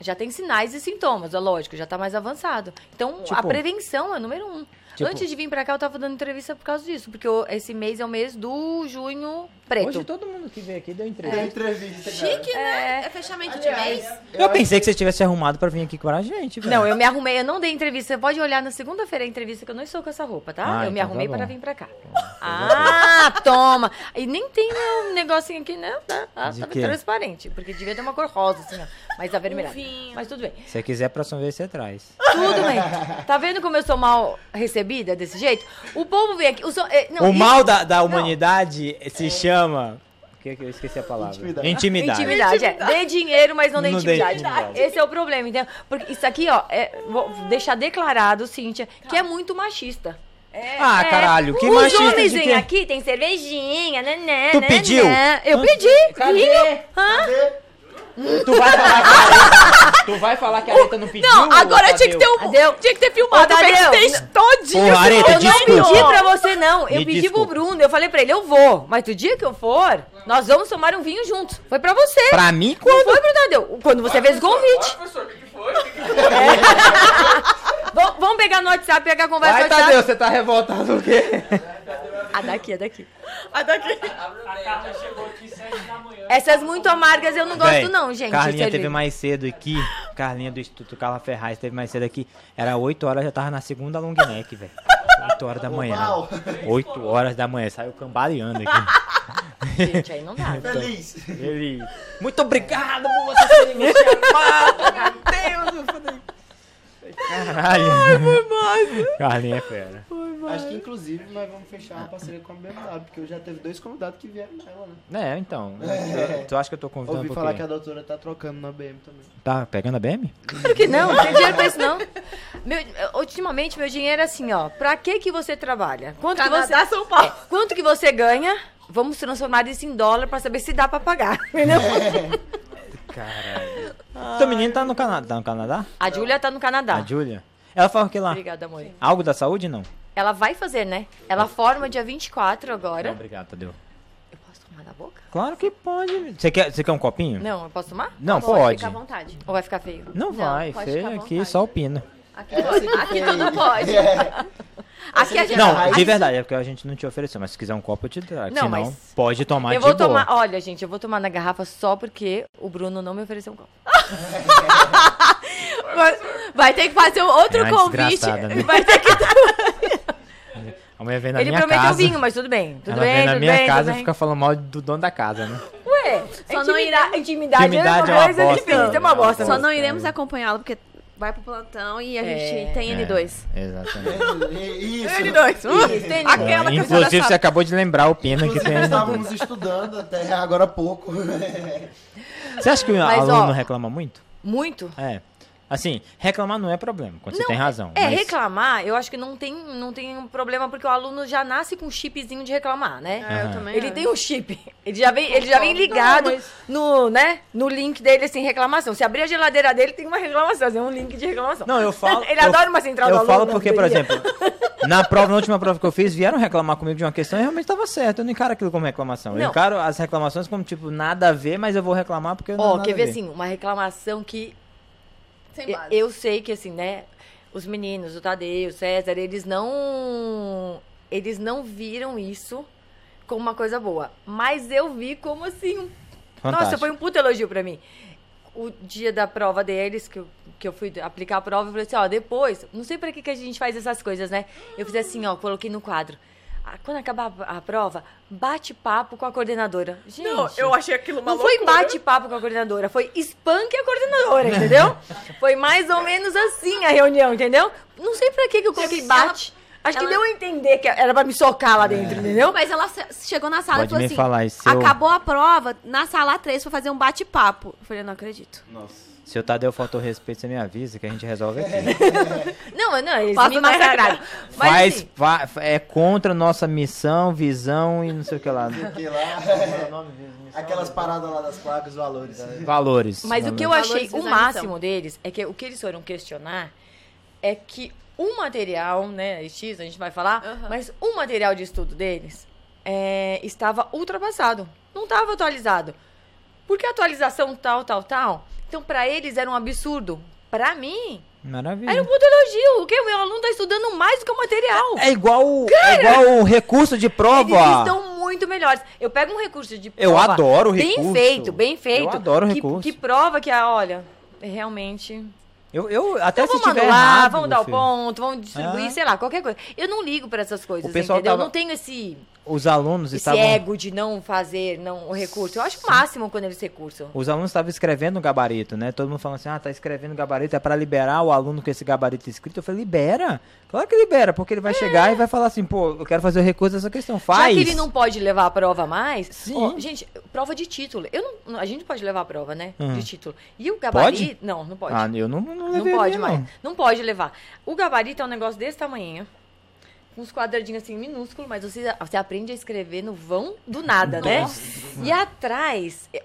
D: já tem sinais e sintomas, é lógico, já está mais avançado. Então, a
B: Tipo-
D: prevenção é o número um.
B: Tipo-
D: Antes de vir para cá, eu estava dando entrevista por causa disso, porque eu- esse mês é o mês do junho é preto.
B: Hoje todo mundo que veio aqui deu entrevista.
A: Tem entrevista, cara.
E: Chique, né? É fechamento de mês.
B: Eu pensei que você tivesse arrumado pra vir aqui com a gente, velho.
D: É. Não, eu me arrumei, eu não dei entrevista. Você pode olhar na segunda-feira a entrevista que eu não estou com essa roupa, tá?
B: Ah,
D: eu
B: então
D: me
B: tá
D: arrumei
B: bom.
D: para vir para cá.
B: Ah,
D: Ah, toma! E nem tem um negocinho aqui, né? Tá, tá,
B: De
D: tava
B: quê?
D: transparente, porque devia ter uma cor rosa, assim, ó. Mas avermelhada.
E: vinho.
D: Mas tudo bem.
B: Se você quiser, a próxima vez você traz.
D: Tudo bem. Tá vendo como eu sou mal recebida desse jeito? O povo vem aqui. O, so- é, não,
B: o
D: isso-
B: mal da, da
D: não. É.
B: humanidade se chama. O que que eu esqueci a palavra?
A: Intimidade.
B: Intimidade.
D: Intimidade, é. Dê dinheiro, mas não dê
B: Não dê
D: intimidade.
B: intimidade.
D: Esse é o problema, entendeu? Porque isso aqui, ó, é- vou deixar declarado, Cíntia, que é muito machista.
B: Ah,
D: É.
B: caralho, que
D: Os
B: machista
D: homens
B: de
D: vêm
B: quê?
D: aqui, tem cervejinha, né?
B: Tu pediu?
D: Eu
B: Antes-
D: pedi.
B: Cadê?
D: vinho. Hã?
B: Tu vai falar que a Areta, tu vai falar que a Areta não pediu?
F: Não, agora tinha que, ter um,
D: Tadeu.
F: tinha que ter filmado
D: Ô,
F: o
D: Tadeu.
F: backstage todinho.
B: Porra, Areta,
D: eu não
B: desculpa.
D: pedi pra você, não. Eu
B: Me
D: pedi
B: desculpa.
D: pro Bruno. Eu falei pra ele, eu vou. Mas do dia que eu for, nós vamos tomar um vinho juntos. Foi pra você.
B: Pra mim,
D: Não
B: quando?
D: foi, Bruno Tadeu. Quando você fez o convite.
F: professor, o que que foi?
D: Vamos vamos pegar no WhatsApp, pegar a conversa
B: Vai,
D: no WhatsApp.
B: Tadeu, você tá revoltado o quê?
D: Ah, daqui, é daqui.
F: A Carla chegou aqui sete da manhã.
D: Essas muito amargas eu não gosto,
B: Véi,
D: não, gente. é
B: Carlinha
D: cerveja.
B: teve mais cedo aqui. Carlinha do Instituto Carla Ferraz teve mais cedo aqui. Era 8 horas, já tava na segunda long neck, velho. 8 horas da manhã.
A: Uau.
B: 8 horas da manhã. Saiu cambaleando aqui.
D: Gente, aí não dá.
A: Feliz.
B: Ele. Muito obrigado por você ser meu chamado. Meu Deus, eu falei. Caralho. Ai, foi massa. Carlinha é fera. Foi
A: Acho que inclusive nós vamos fechar uma parceria com a BMW, porque eu já teve dois convidados que vieram nela, né?
B: É, então.
A: É.
B: Tu, tu acha que eu tô convidando
A: Ouvi
B: por
A: falar
B: quê?
A: que a doutora tá trocando na BM também.
B: Tá pegando a BM?
D: Claro que não, não tem dinheiro pra isso não. Meu, ultimamente, meu dinheiro é assim, ó. Pra que que você trabalha? Quanto que você... É,
E: Canadá, São Paulo.
D: Quanto que você ganha? Vamos transformar isso em dólar pra saber se dá pra pagar, entendeu?
B: Caralho. Teu menino tá no Canadá. Tá no Canadá?
D: A Júlia tá no Canadá.
B: A Júlia. Ela fala o que lá?
D: Obrigada, amor.
B: Algo da saúde, não?
D: Ela vai fazer, né? Ela forma dia 24
B: Não,
D: agora.
B: obrigado, Tadeu.
D: Eu posso tomar na boca?
B: Claro que pode. Você quer, você quer um copinho?
D: Não, eu posso tomar?
B: Não,
C: Pode,
B: pode.
C: fica à vontade.
D: Ou vai ficar feio?
B: Não vai,
C: pode
B: feio
C: ficar à
B: aqui,
C: vontade.
B: só opina.
C: É,
A: Aqui, aqui tudo pode.
C: Aqui a gente
B: Não, de
A: Ai,
B: verdade, é porque a gente não te ofereceu, mas se quiser um copo eu te trago.
D: Não,
B: senão,
D: mas-
B: pode tomar
D: eu
B: é de
D: vou
B: boa.
D: tomar. Olha, gente, eu vou tomar na garrafa só porque o Bruno não me ofereceu um copo.
C: vai- vai ter que fazer um outro
B: É uma
C: convite.
B: desgraçada, né?
C: Vai ter que
B: A mulher vem na
D: Ele
B: minha
D: prometeu
B: casa.
D: vinho, mas tudo bem. Tudo
B: ela
D: bem,
B: vem na
D: tudo
B: minha
D: bem,
B: casa
D: tudo
B: e
D: bem.
B: fica falando mal do dono da casa, né?
D: Ué,
C: Só não é irá-
D: Intimidade,
B: Intimidade
D: é
B: é uma
D: uma coisa
B: bosta.
D: difícil, é uma bosta.
C: Só não iremos acompanhá-lo, porque vai pro plantão e a gente
D: É.
C: tem N2.
B: É, exatamente.
A: É, Isso.
C: N2.
D: Isso, um, tem
B: É,
C: Aquela que a senhora
B: inclusive, você
C: sabe.
B: acabou de lembrar o pena que
A: Inclusive,
B: tem.
A: estávamos estudando até agora há pouco.
B: Você acha que o
D: Mas,
B: aluno
D: ó,
B: reclama muito?
D: Muito.
B: É. Assim, reclamar não é problema, quando você tem razão.
D: É,
B: mas-
D: reclamar, eu acho que não tem, não tem um problema, porque o aluno já nasce com um chipzinho de reclamar, né?
C: Ah, eu
B: Aham.
C: também
D: Ele
C: acho.
D: tem um chip. Ele já vem, ele já vem ligado no, né, no link dele, assim, reclamação. Se abrir a geladeira dele, tem uma reclamação, assim, um link de reclamação.
B: Não, eu falo.
D: Ele
B: eu-
D: adora uma central do
B: Eu
D: aluno,
B: falo porque, por
D: deveria.
B: exemplo, na prova, na última prova que eu fiz, vieram reclamar comigo de uma questão e realmente estava certo. Eu não encaro aquilo como reclamação. Eu
D: Não.
B: encaro as reclamações como, tipo, nada a ver, mas eu vou reclamar porque não. é
D: Ó,
B: nada
D: quer
B: a
D: ver assim, uma reclamação que
E: Sem
D: eu,
E: base.
D: eu sei que, assim, né, os meninos, o Tadeu, o César, eles não. Eles não viram isso como uma coisa boa. Mas eu vi como assim um
B: Fantástico.
D: Nossa, foi um puta elogio pra mim. O dia da prova deles, que eu, que eu fui aplicar a prova, eu falei assim, ó, depois, não sei pra que, que a gente faz essas coisas, né? Eu fiz assim, ó, coloquei no quadro. Ah, Quando acabar a a prova, bate papo com a coordenadora. Gente,
E: Não, eu achei aquilo uma
D: não foi
E: loucura.
D: bate-papo com a coordenadora, foi espanque a coordenadora, entendeu? foi mais ou menos assim a reunião, entendeu? Não sei pra que, que eu coloquei
C: Ela-
D: bate. Acho que
C: ela-
D: deu a entender que era pra me socar lá
B: É.
D: dentro, entendeu?
C: Mas ela se- chegou na sala
B: Pode
C: e falou
B: me
C: assim:
B: falar, e se eu-
C: acabou a prova, na sala 3 foi fazer um bate-papo. Eu falei, não acredito.
A: Nossa.
B: Se o Tadeu faltou respeito, você me avisa que a gente resolve
D: assim
B: aqui.
D: Não, não, eles
C: Passa
D: me
C: na
D: massacraram. Mas,
B: Faz,
D: assim,
B: fa- é contra nossa missão, visão e não sei o que lá.
A: Aqui lá, É. aquelas paradas lá das placas, os valores. né?
B: Valores.
D: Mas o que eu
C: Valores
D: achei o
C: visualização.
D: máximo deles é que o que eles foram questionar é que o material, né, X, a gente vai falar,
C: Aham.
D: mas o material de estudo deles é, estava ultrapassado, não estava atualizado. Porque a atualização tal, tal, tal, então pra eles era um absurdo. Pra mim,
B: Maravilha.
D: era um puto elogio. O que? O meu aluno tá estudando mais do que o material.
B: É igual, o- é igual o recurso de
D: Eles
B: prova.
D: estão muito melhores. Eu pego um recurso de
B: Eu
D: prova
B: adoro o
D: bem
B: recurso.
D: feito, bem feito.
B: Eu adoro o
D: que,
B: recurso.
D: Que prova que, ah, olha, realmente
B: Eu, eu até
D: Então
B: se
D: vamos
B: tiver
D: anular,
B: errado,
D: vamos dar o
B: filho,
D: ponto, vamos distribuir,
B: Ah.
D: sei lá, qualquer coisa. Eu não ligo pra essas coisas,
B: O pessoal
D: entendeu?
B: tava-
D: Eu não tenho esse,
B: Os alunos
D: esse
B: estavam
D: ego de não fazer não, o recurso. Eu acho o máximo quando eles recursam.
B: Os alunos estavam escrevendo o gabarito, né? Todo mundo falando assim, ah, tá escrevendo o gabarito, é pra liberar o aluno com esse gabarito escrito. Eu falei, libera. Claro que libera, porque ele vai chegar e vai falar assim, pô, eu quero fazer o recurso dessa questão.
D: É. Já
B: Faz.
D: que ele não pode levar a prova mais,
B: Sim.
D: ó, gente, prova de título. Eu não- não- a gente pode levar a prova, né?
B: Uhum.
D: De título. E o gabarito.
B: Pode?
D: Não, não pode.
B: Ah, eu não, não,
D: não
B: levaria,
D: pode
B: não.
D: mais. Não pode levar. O gabarito é um negócio desse tamanho. com Uns quadradinhos assim, minúsculo, mas você, você aprende a escrever no vão do nada, né? E atrás, é,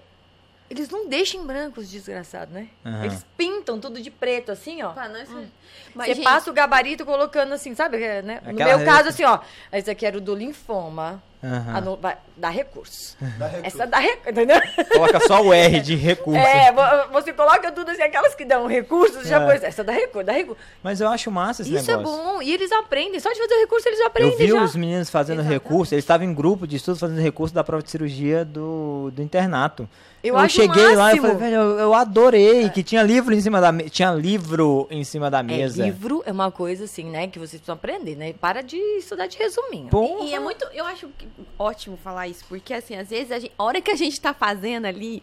D: eles não deixam em branco os desgraçados, né?
B: Aham.
D: Eles pintam tudo de preto, assim, ó.
C: Pra não escre- Mas,
D: Você
C: gente,
D: passa o gabarito colocando assim, sabe? é, Né? No
B: Aquela
D: meu caso, assim, ó. Esse aqui era o do linfoma.
B: Aham.
D: Ah, não, vai- dá recurso.
A: Da Record.
D: Essa dá recurso, entendeu?
B: Coloca só o R de recurso.
D: É, vo- você coloca tudo assim, aquelas que dão recursos, já
B: É.
D: pôs. Essa dá recurso, dá recurso.
B: Mas eu acho massa esse
D: Isso é
B: negócio.
D: bom. E eles aprendem. Só de fazer o recurso, eles aprendem
B: Eu vi
D: já.
B: os meninos fazendo recurso, eles estavam em grupo de estudos fazendo recurso da prova de cirurgia do, do internato.
D: Eu acho o
B: cheguei lá e
D: máximo.
B: falei, velho, eu, eu adorei que tinha livro em cima da mesa. Tinha livro em cima da
D: É,
B: mesa.
D: livro é uma coisa assim, né? Que vocês precisam aprender, né? Para de estudar de resuminho.
B: Porra.
C: E é muito. Eu acho que- ótimo falar isso, porque assim, às vezes a, gente- a hora que a gente tá fazendo ali,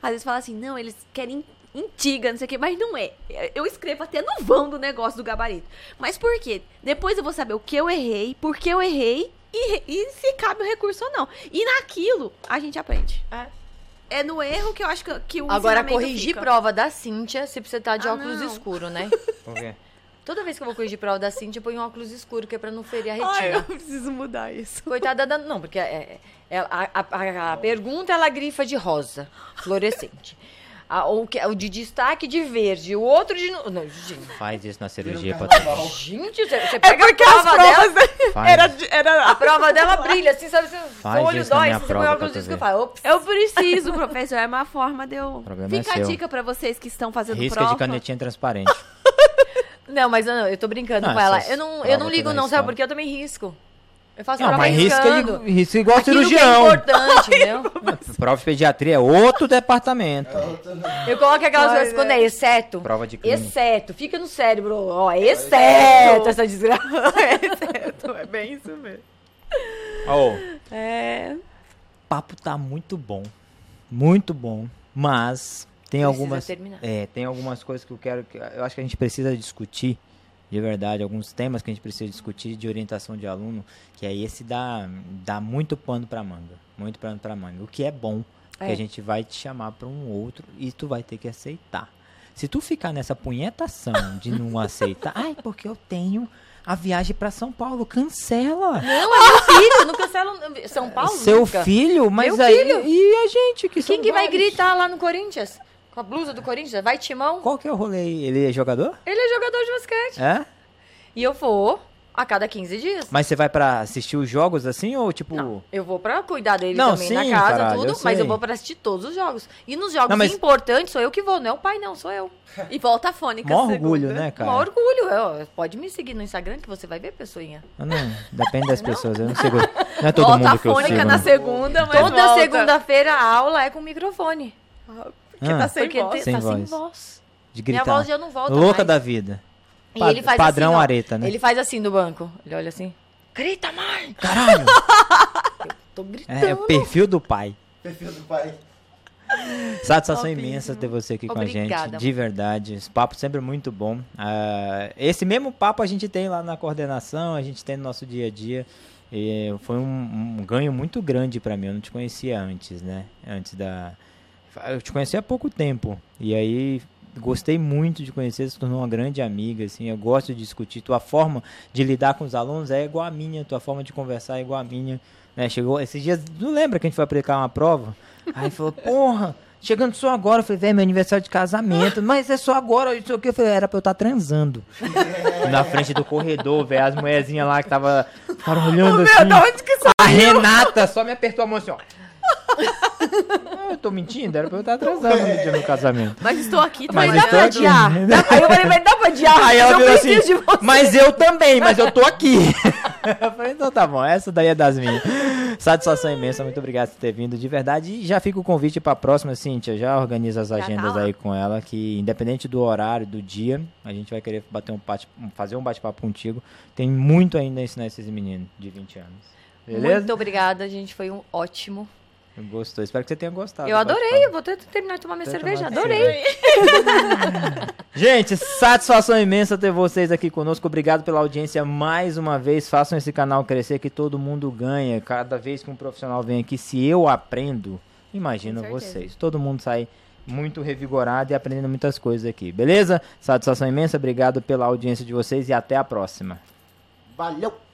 C: às vezes fala assim, não, eles querem antiga, não sei o quê, mas não é. Eu escrevo até no vão do negócio do gabarito. Mas por quê? Depois eu vou saber o que eu errei, por que eu errei e, re- e se cabe o recurso ou não. E naquilo a gente aprende. É, no erro que eu acho que, que o
D: Agora,
C: ensinamento
D: corrigir
C: fica.
D: prova da Cíntia, se você tá de
C: Ah,
D: óculos
C: não.
D: escuro, né?
B: Por quê?
D: Toda vez que eu vou corrigir prova da Cintia, eu ponho um óculos escuro, que é pra não ferir a
C: Ai,
D: retina.
C: eu preciso mudar isso.
D: Coitada da. Não, porque é- é- a, a- a- a pergunta ela grifa de rosa, fluorescente. A- o, que- o de destaque de verde, o outro de. nu- Não, gente.
B: Faz isso na cirurgia,
A: Vira um
B: Patrícia.
D: Gente, você, você pega a prova dela,
B: Faz.
D: a prova dela brilha, assim, sabe? Seu
B: Faz
D: seu olho
B: isso na
D: dói,
B: minha
D: você
B: prova
D: põe
B: pra
D: óculos
B: tu
D: escuros e
B: ver.
D: fala, ops.
C: Eu preciso, professor. É uma forma de eu.
B: O problema é
C: Fica a
B: seu.
C: dica pra vocês que estão fazendo
B: Risca
C: prova.
B: de canetinha transparente.
D: Não, mas eu, não, eu tô brincando
B: Não,
D: com ela.
B: essas
D: Eu não, eu
B: provas
D: não
B: toda
D: ligo, não,
B: riscada.
D: sabe? Porque eu também risco. Eu faço
B: Não,
D: prova
B: mas risca,
D: riscando.
B: ig- risca igual
D: Aquilo que
B: cirurgião.
D: é importante, entendeu?
B: Prova de pediatria é outro departamento.
D: Eu coloco aquelas coisas quando é exceto.
B: Prova de clínica.
D: Exceto. Fica no cérebro. Ó, exceto essa desgraça.
C: É bem isso mesmo.
B: Ó,
C: É.
B: o papo tá muito bom. Muito bom. Mas tem
D: Precisa
B: algumas.
D: terminar.
B: É, tem algumas coisas que eu quero. que- eu acho que a gente precisa discutir, de verdade, alguns temas que a gente precisa discutir de orientação de aluno, que aí esse dá, dá muito pano pra manga. Muito pano pra manga. O que é bom, que
D: É.
B: a gente vai te chamar pra um outro e tu vai ter que aceitar. Se tu ficar nessa punhetação de não aceitar, ai, porque eu tenho a viagem pra São Paulo, cancela.
D: Não, é meu filho. Não cancela. São Paulo.
B: Seu
D: nunca.
B: filho, mas
D: Meu
B: aí.
D: filho.
B: E a gente que
D: Quem
B: são
D: que vai
B: vários.
D: gritar lá no Corinthians? Com a blusa do Corinthians? Vai, Timão?
B: Qual que é o rolê? aí? Ele é jogador?
D: Ele é jogador de basquete.
B: É?
D: E eu vou a cada 15 dias.
B: Mas você vai pra assistir os jogos assim ou tipo.
D: Eu vou pra cuidar dele
B: Não,
D: também
B: sim,
D: na casa,
B: caralho,
D: tudo.
B: eu
D: mas
B: sei.
D: eu vou pra assistir todos os jogos. E nos jogos
B: Não, mas-
D: importantes sou eu que vou, não é o pai, não, sou eu.
C: E volta a fônica.
B: Mó
C: segunda.
B: orgulho, né,
D: Com
B: cara?
D: maior orgulho. eu- pode me seguir no Instagram que você vai ver, pessoinha.
B: Eu Ah, Não, depende das pessoas. Eu não sigo. Não é todo
C: volta a
B: mundo que eu
C: fônica
D: tá
B: sigo.
C: na
B: não.
C: segunda, mas
D: Toda
C: volta.
D: segunda-feira a aula é com microfone.
C: Porque tá
B: Ah,
C: sem
D: porque
C: voz.
D: tá
B: Sem
D: sem
B: voz.
D: voz.
B: De
D: Minha
B: gritar.
D: voz já não volta
B: Louca
D: mais.
B: da vida.
D: E
B: Pa-
D: ele faz
B: padrão
D: assim, ó,
B: areta, né?
D: Ele faz assim do banco. Ele olha assim. Grita mais!
B: Caralho!
D: Tô gritando.
B: É, é o perfil do pai.
A: Perfil do pai.
B: Satisfação
C: Topíssimo.
B: imensa ter você aqui com a gente.
D: Obrigada.
B: De verdade. Esse papo sempre muito bom. Ah, esse mesmo papo a gente tem lá na coordenação, a gente tem no nosso dia a dia. E foi um, um ganho muito grande pra mim. Eu não te conhecia antes, né? Antes da. Eu te conheci há pouco tempo. E aí. Gostei muito de conhecer, se tornou uma grande amiga, assim, eu gosto de discutir. Tua forma de lidar com os alunos é igual à minha, tua forma de conversar é igual à minha. né? Chegou, esses dias, não lembra que a gente foi aplicar uma prova? Aí ele falou, porra, chegando só agora. Eu falei, velho, meu aniversário de casamento, mas é só agora. Isso aqui. Eu falei, era pra eu estar transando. Na frente do corredor, velho, as mulherzinhas lá que tava, ficaram olhando assim. a Renata só me apertou a mão assim, ó. Ah, Eu tô mentindo, era pra eu estar transando no dia do casamento.
C: Mas estou aqui
B: É,
D: Ah,
B: Mas
C: trabalhando.
B: estou aqui.
D: Dá- Aí eu falei, mas dá pra adiar?
B: Aí
D: eu
B: ela virou assim,
D: preciso de você.
B: mas eu também, mas eu tô aqui. eu falei, então tá bom, essa daí é das minhas. Satisfação imensa, muito obrigado por ter vindo, de verdade. E já fica o convite pra próxima, Cíntia, já organiza as
C: Já tá
B: agendas
C: lá.
B: aí com ela, que independente do horário, do dia, a gente vai querer bater um bate, fazer um bate-papo contigo. Tem muito ainda a ensinar esses meninos de 20 anos. Beleza?
D: Muito obrigada, gente. Foi um ótimo.
B: Gostou, espero que você tenha gostado.
D: eu
B: do
D: adorei. Eu vou ter terminar de tomar minha
B: Tem que
D: cerveja.
B: tomar uma
D: Adorei.
B: Gente, satisfação imensa ter vocês aqui conosco. Obrigado pela audiência mais uma vez. Façam esse canal crescer que todo mundo ganha. Cada vez que um profissional vem aqui, se eu aprendo, imagino
C: Com certeza.
B: vocês. Todo mundo sai muito revigorado e aprendendo muitas coisas aqui, beleza? Satisfação imensa, obrigado pela audiência de vocês e até a próxima.
A: Valeu!